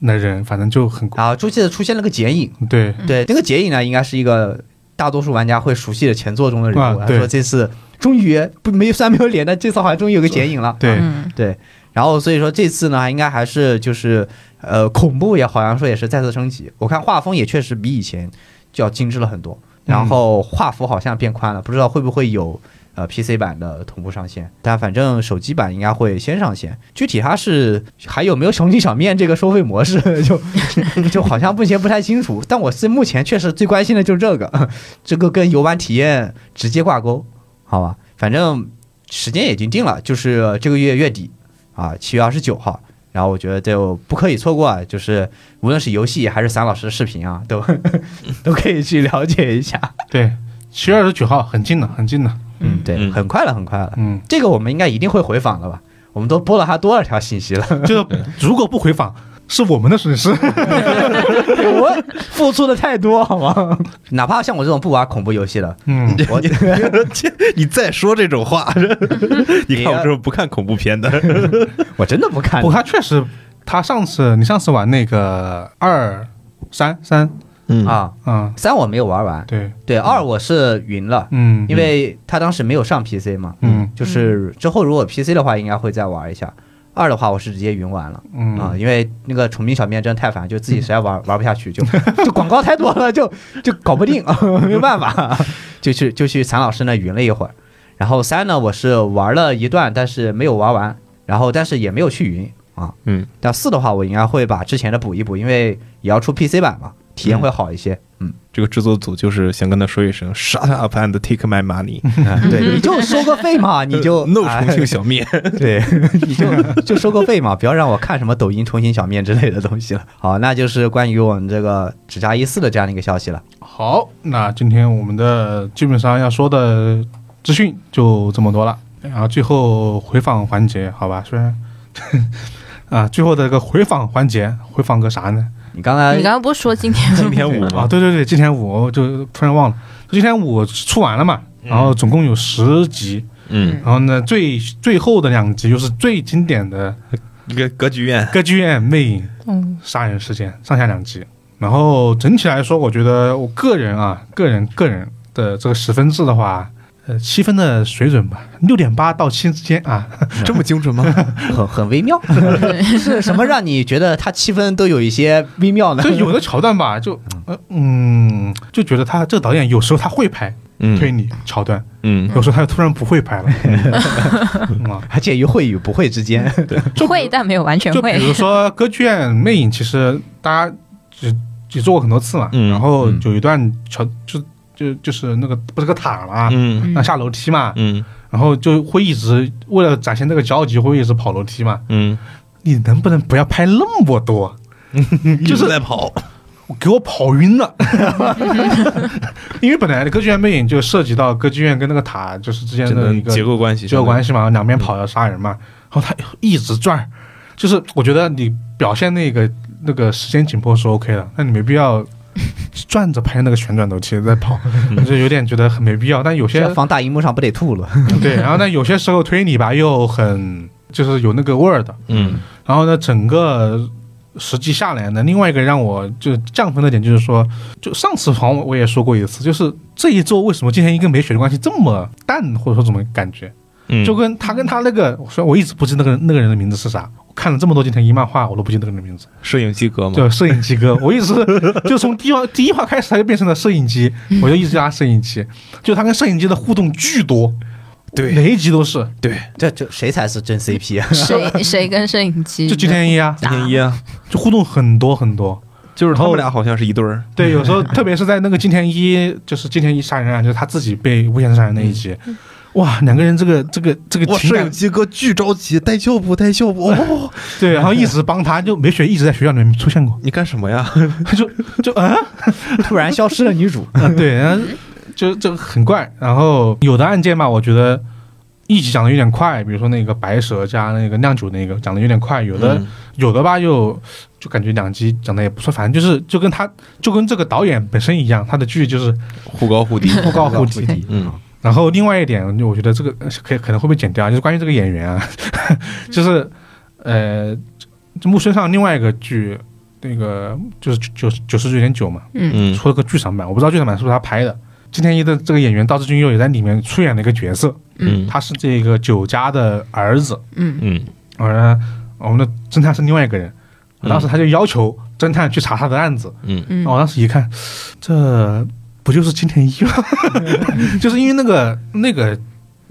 男人，反正就很然后就记得出现了个剪影，对，对那个剪影呢应该是一个大多数玩家会熟悉的前作中的人物，啊他对说这次终于不没虽然没有脸，但这次好像终于有个剪影了，对嗯，对，然后所以说这次呢，应该还是就是呃，恐怖也好像说也是再次升级。我看画风也确实比以前就要精致了很多，然后画幅好像变宽了，不知道会不会有呃 PC 版的同步上线，但反正手机版应该会先上线。具体它是还有没有重庆小面这个收费模式，就 就好像目前不太清楚。但我是目前确实最关心的就是这个，这个跟游玩体验直接挂钩，好吧？反正时间也已经定了，就是这个月月底啊，七月二十九号。然后我觉得就不可以错过啊，就是无论是游戏还是散老师的视频啊，都 都可以去了解一下。对，七月二十九号很近了，很近了。嗯，对，嗯很快了，很快了。嗯，这个我们应该一定会回访的吧？我们都播了他多少条信息 了？就是如果不回访，是我们的损失。我付出的太多，好吗？哪怕像我这种不玩恐怖游戏的，嗯，我 你再说这种话， 你看我这种不看恐怖片的，我真的不看 不过他确实，他上次你上次玩那个二三三，嗯，啊。嗯，三我没有玩完，对，对二我是云了，嗯，因为他当时没有上 PC 嘛，嗯就是之后如果 PC 的话，应该会再玩一下。二的话，我是直接云玩了嗯啊、因为那个重庆小面真的太烦，就自己实在玩玩不 下去，就就广告太多了，就就搞不定， 没办法，就去就去散老师那云了一会儿。然后三呢，我是玩了一段，但是没有玩完，然后但是也没有去云啊。嗯，但四的话，我应该会把之前的补一补，因为也要出 PC 版嘛，体验会好一些。嗯， 这个制作组就是想跟他说一声 “shut up and take my money”，对，你就收个费嘛，你 就 no 哎重庆小面， 对，你就就收个费嘛，不要让我看什么抖音重新小面之类的东西了。好，那就是关于我们这个指甲一四的这样的一个消息了。好，那今天我们的基本上要说的资讯就这么多了，然后最后回访环节，好吧，虽然 啊，最后的一个回访环节，回访个啥呢？你刚哎才你刚 刚不是说今天今天五啊，嘛，对对对，今天五我就突然忘了，今天五出完了嘛，然后总共有十集，嗯，然后呢最最后的两集就是最经典的一个歌剧院，歌剧院魅影嗯杀人事件上下两集。然后整体来说，我觉得我个人啊，个人个人的这个十分制的话，呃，七分的水准吧，六点八到七之间啊。这么精准吗？很很微妙， 是什么让你觉得它气氛都有一些微妙 呢就？有的桥段吧，就呃嗯，就觉得他这个导演有时候他会拍嗯推理桥段，嗯，有时候他又突然不会 拍了。嗯啊还介于会与不会 之间。会但没有完全就 会比，如哎说歌剧院魅影，其实大家只只做过很多次嘛，嗯然后嗯有一段桥就就就是那个不是个塔嘛，嗯那下楼梯嘛，嗯然后就会一直为了展现这个交集，会一直跑楼梯嘛。嗯，你能不能不要拍那么多？就是在跑，我给我跑晕了， 因为本来的歌剧院魅影就涉及到歌剧院跟那个塔就是之间真的的一个结构关系，结构关系，系嘛，两边跑要杀人嘛，然后他一直转，就是我觉得你表现那个那个时间紧迫是 OK 的，那你没必要 转着拍那个旋转楼梯在跑，我就有点觉得很没必要。但有些这放大荧幕上不得吐了？ 对，然后呢，有些时候推理吧又很就是有那个味儿的，嗯然后呢，整个实际下来呢，另外一个让我就降分的点就是说，就上次好像我也说过一次，就是这一周为什么今天一个美雪的关系这么淡，或者说怎么感觉，嗯，就跟他跟他那个，虽然我一直不记得那个人那个人的名字是啥，我看了这么多金田一漫画，我都不记得那个人的名字，摄影机哥嘛，对，摄影机哥，我一直 就从第一话第一话开始，他就变成了摄影机，我就一直叫他摄影机，就他跟摄影机的互动巨多，对每一集都是，对， 这这谁才是真 CP 啊？ 谁谁跟摄影机就金田一啊，今天一啊，就互动很多很多，嗯就是他然后们俩好像是一对儿，对，有时 候特别是在那个金田一，就是金田一杀人案，啊就是他自己被诬陷杀人那一集，哇，两个人这个这个这个哇，情摄感影，机哥巨着急，带校服带校服，哦，对，然后一直帮他，就美雪一直在学校里面出现过， 你干什么呀？就就嗯、突然消失了女主，啊对，然后就就很怪。然后有的案件嘛，我觉得一集讲的有点快，比如说那个白蛇加那个酿酒那个讲的有点快，有的、嗯有的吧又就感觉两集讲的也不错，反正就是就跟他就跟这个导演本身一样，他的剧就是忽高忽低， 忽高 忽低。嗯然后另外一点，就我觉得这个呃可以可能会被剪掉，就是关于这个演员啊， 就是呃，就木村上另外一个剧，那个就是九九九十九点九嘛，嗯嗯出了个剧场版，我不知道剧场版是不是他拍的。金田一的这个演员道志俊佑也在里面出演了一个角色，嗯他是这个酒家的儿子，嗯嗯而呢我们的侦探是另外一个人。当时他就要求侦探去查他的案子，哦嗯嗯我当时一看，这不就是金田一吗？就是因为那个那个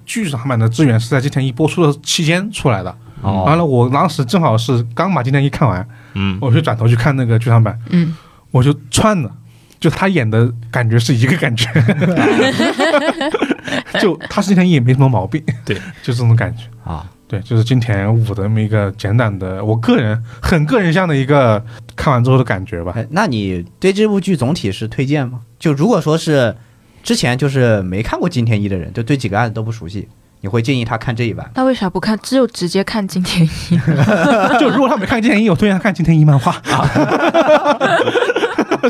剧场版的资源是在金田一播出的期间出来的。完哦，了，我当时正好是刚把金田一看完，嗯，我就转头去看那个剧场版，嗯，我就串了。就他演的感觉是一个 感觉， 就他之前也没什么毛病，对， 就这种感觉，啊，对，就是金田五的那么一个简短的，我个人很个人向的一个看完之后的感觉吧。哎那你对这部剧总体是推荐吗？就如果说是之前就是没看过金田一的人，就对几个案子都不熟悉，你会建议他看这一版？那为啥不看？只有直接看金田一，就如果他没看金田一，我推荐他看金田一漫画，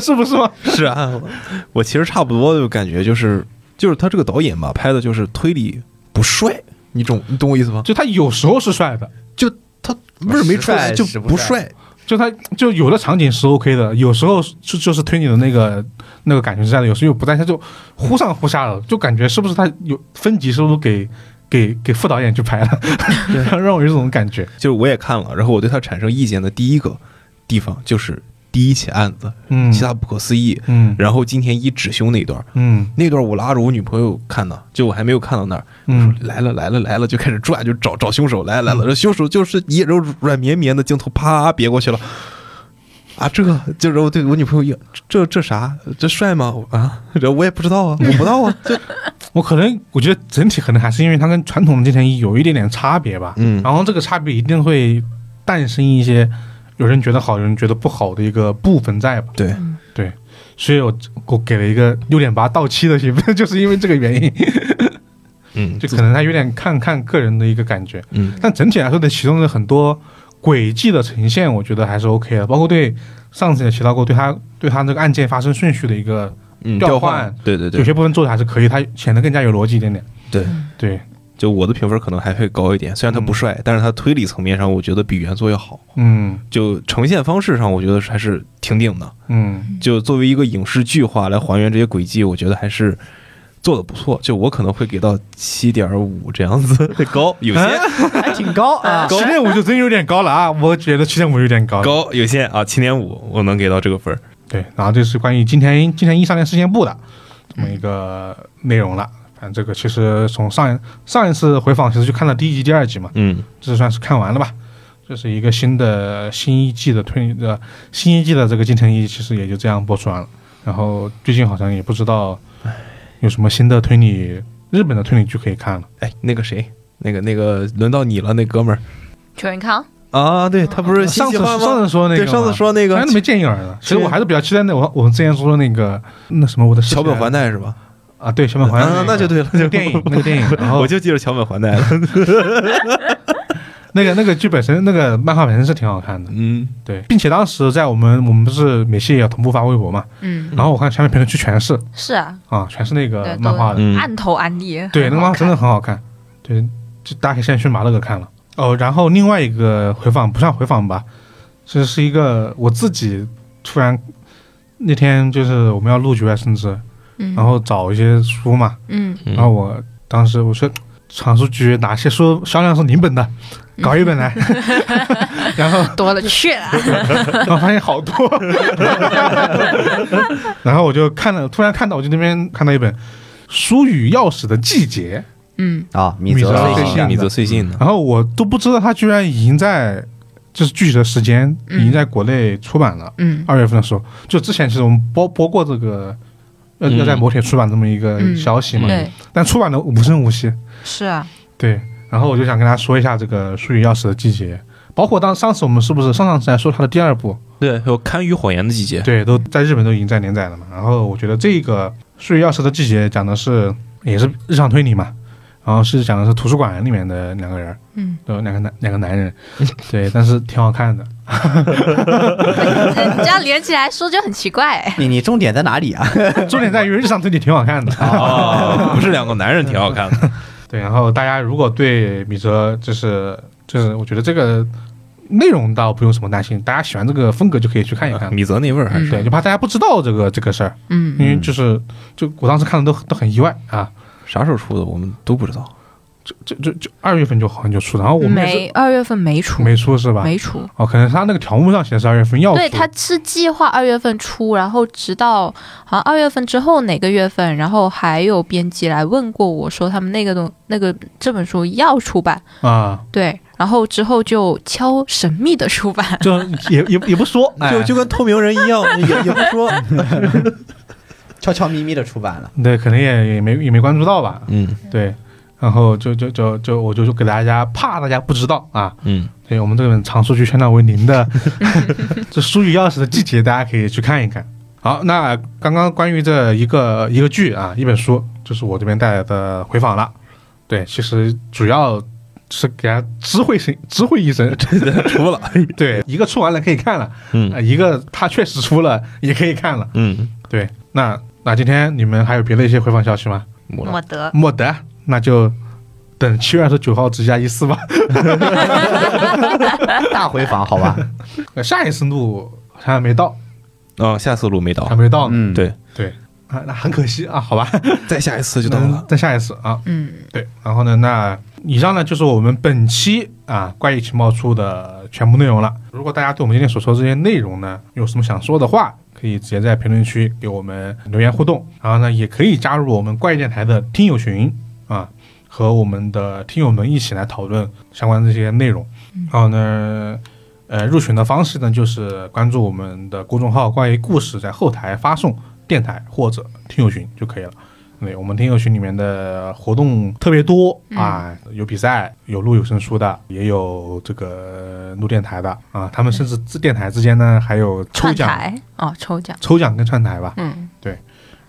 是不是吗？是啊，我我其实差不多就感觉就是就是他这个导演吧，拍的就是推理不帅，你懂你懂我意思吗？就他有时候是帅的，就他味儿没出来帅就是不不帅帅，就他就有的场景是 OK 的，有时候就就是推你的那个那个感觉是在的，有时候又不在，他就忽上忽下的，就感觉是不是他有分级是不是给给给副导演去拍了， 让我有这种感觉。就是我也看了，然后我对他产生意见的第一个地方就是第一起案子，嗯，其他不可思议，嗯然后今天一指胸那一段。嗯那段我拉着我女朋友看的，就我还没有看到那儿，嗯，来了来了来了，就开始转，就找找凶手，来来了，这凶手就是一，然后软绵绵的镜头啪别过去了，啊，这个就然后对我女朋友一，这这啥，这帅吗？啊，然后我也不知道啊，我不知道啊，就我可能我觉得整体可能还是因为它跟传统的金田一有一点点差别吧，嗯然后这个差别一定会诞生一些有人觉得好，有人觉得不好的一个部分在吧，对， 对，所以我我给了一个六点八到七的评分， 就是因为这个原 因，嗯就可能它有点看看个人的一个感觉，嗯但整体来说的其中的很多轨迹的呈现，我觉得还是 OK 的，包括对上次也提到过，对他对他这个案件发生顺序的一个嗯，调调换对对有对些部分做的还啊是可以，它显得更加有逻辑一点点。对，对，就我的评分可能还会高一点，虽然它不帅，但是它推理层面上我觉得比原作要好，嗯就呈现方式上我觉得还是挺顶的。嗯就作为一个影视剧化来还原这些轨迹，我觉得还是做的不错。就我可能会给到七点五这样子， 高有些还挺高啊。七点五就真有点高了啊！我觉得七点五有点高。高有限啊，七点五我能给到这个分儿。对，然后这是关于今天今天一三年事件部的这么一个内容了。反正这个其实从上一上一次回访，其实就看了第一集、第二集嘛，嗯这算是看完了吧。这是一个新的新一季的推理的新一季的这个金城一，其实也就这样播出完了。然后最近好像也不知道有什么新的推理日本的推理剧可以看了。哎，那个谁，那个那个轮到你了，那哥们儿邱元康，啊，对他不是新上计次划吗？上次说那个对，上次嘛说那哎个你没见影儿呢。其实我还是比较期待那我我们之前说的那个那什么我的世界桥本环奈是吧？啊，对桥本环奈啊，个那就对了，那就个电影那个电 影，然后我就记着桥本环奈 了。那个那个剧本身那个漫画本身是挺好看的，嗯，对，并且当时在我们我们不是美系也同步发微博嘛，嗯，然后我看下面评论区全是是啊，啊，全是那对个都漫画的，嗯按头安利，对，那个很漫好画真的看很好看，对，就大家可以现在去马勒格看了哦。然后另外一个回访不算回访吧，这是一个我自己突然那天就是我们要录局外甚至，嗯然后找一些书嘛，嗯，嗯然后我当时我说，藏书局哪些书销量是零本的，嗯搞一本 来。然后多了去了，然后发现好多，然后我就看了，突然看到我就那边看到一本《书与钥匙的季节 嗯啊，米米泽泽最最新新的的米泽穗信》，呢？然后我都不知道它居然已经在就是具体的时间已经在国内出版了。嗯二月份的时候，就之前其实我们播播过这个。要嗯要在某铁出版这么一个嗯消息嘛，对，但出版的无声无息，是啊，对，然后我就想跟大家说一下这个《术语钥匙的季节》，包括当上次我们是不是上上次还说它的第二部，对，有堪舆谎言的季 节。对，都在日本都已经在连载了嘛。然后我觉得这个《术语钥匙的季节》讲的是也是日常推理嘛，然后是讲的是图书馆里面的两个人，嗯，对，两个男两个男人， 对，但是挺好看的。 这样连起来说就很奇怪，你你重点在哪里啊？重点在于日常推理挺好看的。 啊，不是两个男人挺好看 的。对，然后大家如果对米泽就是就是，我觉得这个内容倒不用什么担心，大家喜欢这个风格就可以去看一看。啊米泽那味儿还是对，就怕大家不知道这个这个事儿，嗯因为就是就我当时看的都都很意外啊，啥时候出的，我们都不知道。就就就二月份就好像就出，然后哦我们没也二月份没出是没出是吧？没出，哦，可能他那个条目上写的是二月份要出，对，他是计划二月份出，然后直到好像二月份之后哪个月份，然后还有编辑来问过我说他们那个东那个这本书要出版， 啊，对，然后之后就敲神秘的出版，就也也也不说，哎就就跟透明人一样，也也不说。悄悄咪咪的出版了，对，可能也也没也没关注到吧，嗯对，然后就就就就我就就给大家怕大家不知道啊， 嗯，对我们这本长数据宣导为零的这书与钥匙的季节，大家可以去看一看。好，那刚刚关于这一个一个剧啊，一本书，就是我这边带来的回访了。对，其实主要是给大家知会声，知会一声。出了。对，一个出完了可以看了，嗯呃一个它确实出了也可以看了。嗯，对，那那今天你们还有别的一些回访消息吗？我莫德，没得，那就等七月二十九号直加一四吧。大回访好吧？呃 下一次录好像还没到，啊，下次路没到还，没到呢。嗯，对，对，啊，那很可惜啊，好吧，再下一次就到那了。再下一次啊，嗯，对，然后呢，那以上呢就是我们本期啊怪异情报处的全部内容了。如果大家对我们今天所说的这些内容呢有什么想说的话，可以直接在评论区给我们留言互动，然后呢也可以加入我们怪异电台的听友群啊，和我们的听友们一起来讨论相关的这些内容。然后呢，呃，入群的方式呢，就是关注我们的公众号“关于故事”，在后台发送“电台”或者“听友群”就可以了。对，我们听友群里面的活动特别多嗯啊，有比赛，有录有声书的，也有这个录电台的啊。他们甚至自电台之间呢，还有抽串奖，台哦，抽奖，抽奖跟串台吧。嗯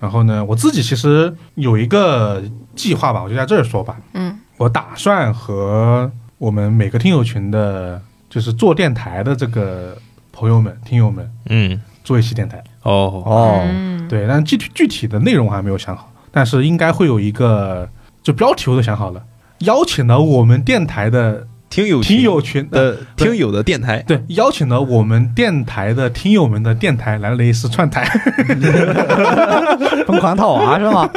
然后呢，我自己其实有一个计划吧，我就在这儿说吧。嗯，我打算和我们每个听友群的，就是做电台的这个朋友们、听友们嗯，做一期电台。哦，哦，嗯，对，但具体具体的内容我还没有想好，但是应该会有一个，就标题我都想好了，邀请了我们电台的听友听友群呃，的听友的电台，对，邀请了我们电台的听友们的电台来了一次串台，嗯疯狂套娃是吗？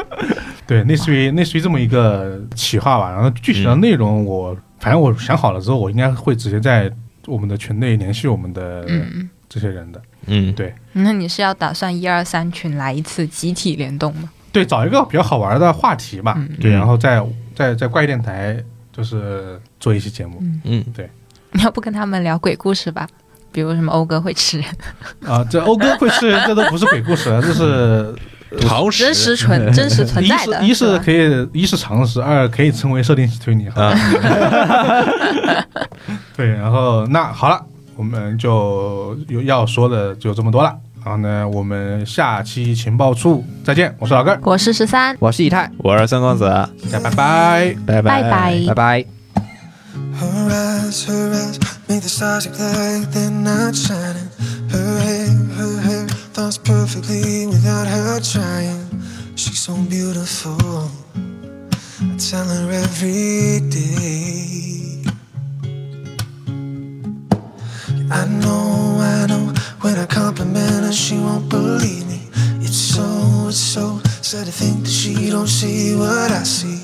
对，类似于类似于这么一个企划吧。然后具体嗯的内容我，反正我想好了之后，我应该会直接在我们的群内联系我们的嗯，这些人的。嗯，对那你是要打算一二三群来一次集体联动吗？对，找一个比较好玩的话题吧，嗯对，嗯然后再再再怪电台就是做一期节目嗯，你要不跟他们聊鬼故事吧？比如什么欧哥会吃人，啊、这欧哥会是 这都不是鬼故事了，这是常识真实存嗯真实存一在是的， 一是吧可以一是常识，二可以成为设定题推理。啊，啊 对，然后那好了，我们就有要说的就这么多了。然后呢，我们下期情报处再见，我是老根儿，我是十三，我是以太，我是三公子，啊大家拜拜。拜拜拜拜拜。 Her eyes, her eyes, make the stars look like they're not shining. Her hair, her hair, falls perfectly without her trying. She's so beautiful. I tell her every day. I know, I know, when I compliment her, she won't believe me. It's so, it's so sad to think that she don't see what I see.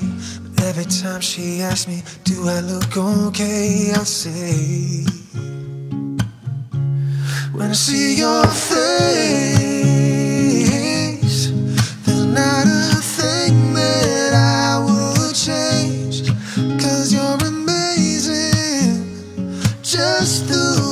But every time she asks me, do I look okay, I say, when I see your face, there's not a thing that I would change. Cause you're amazing just the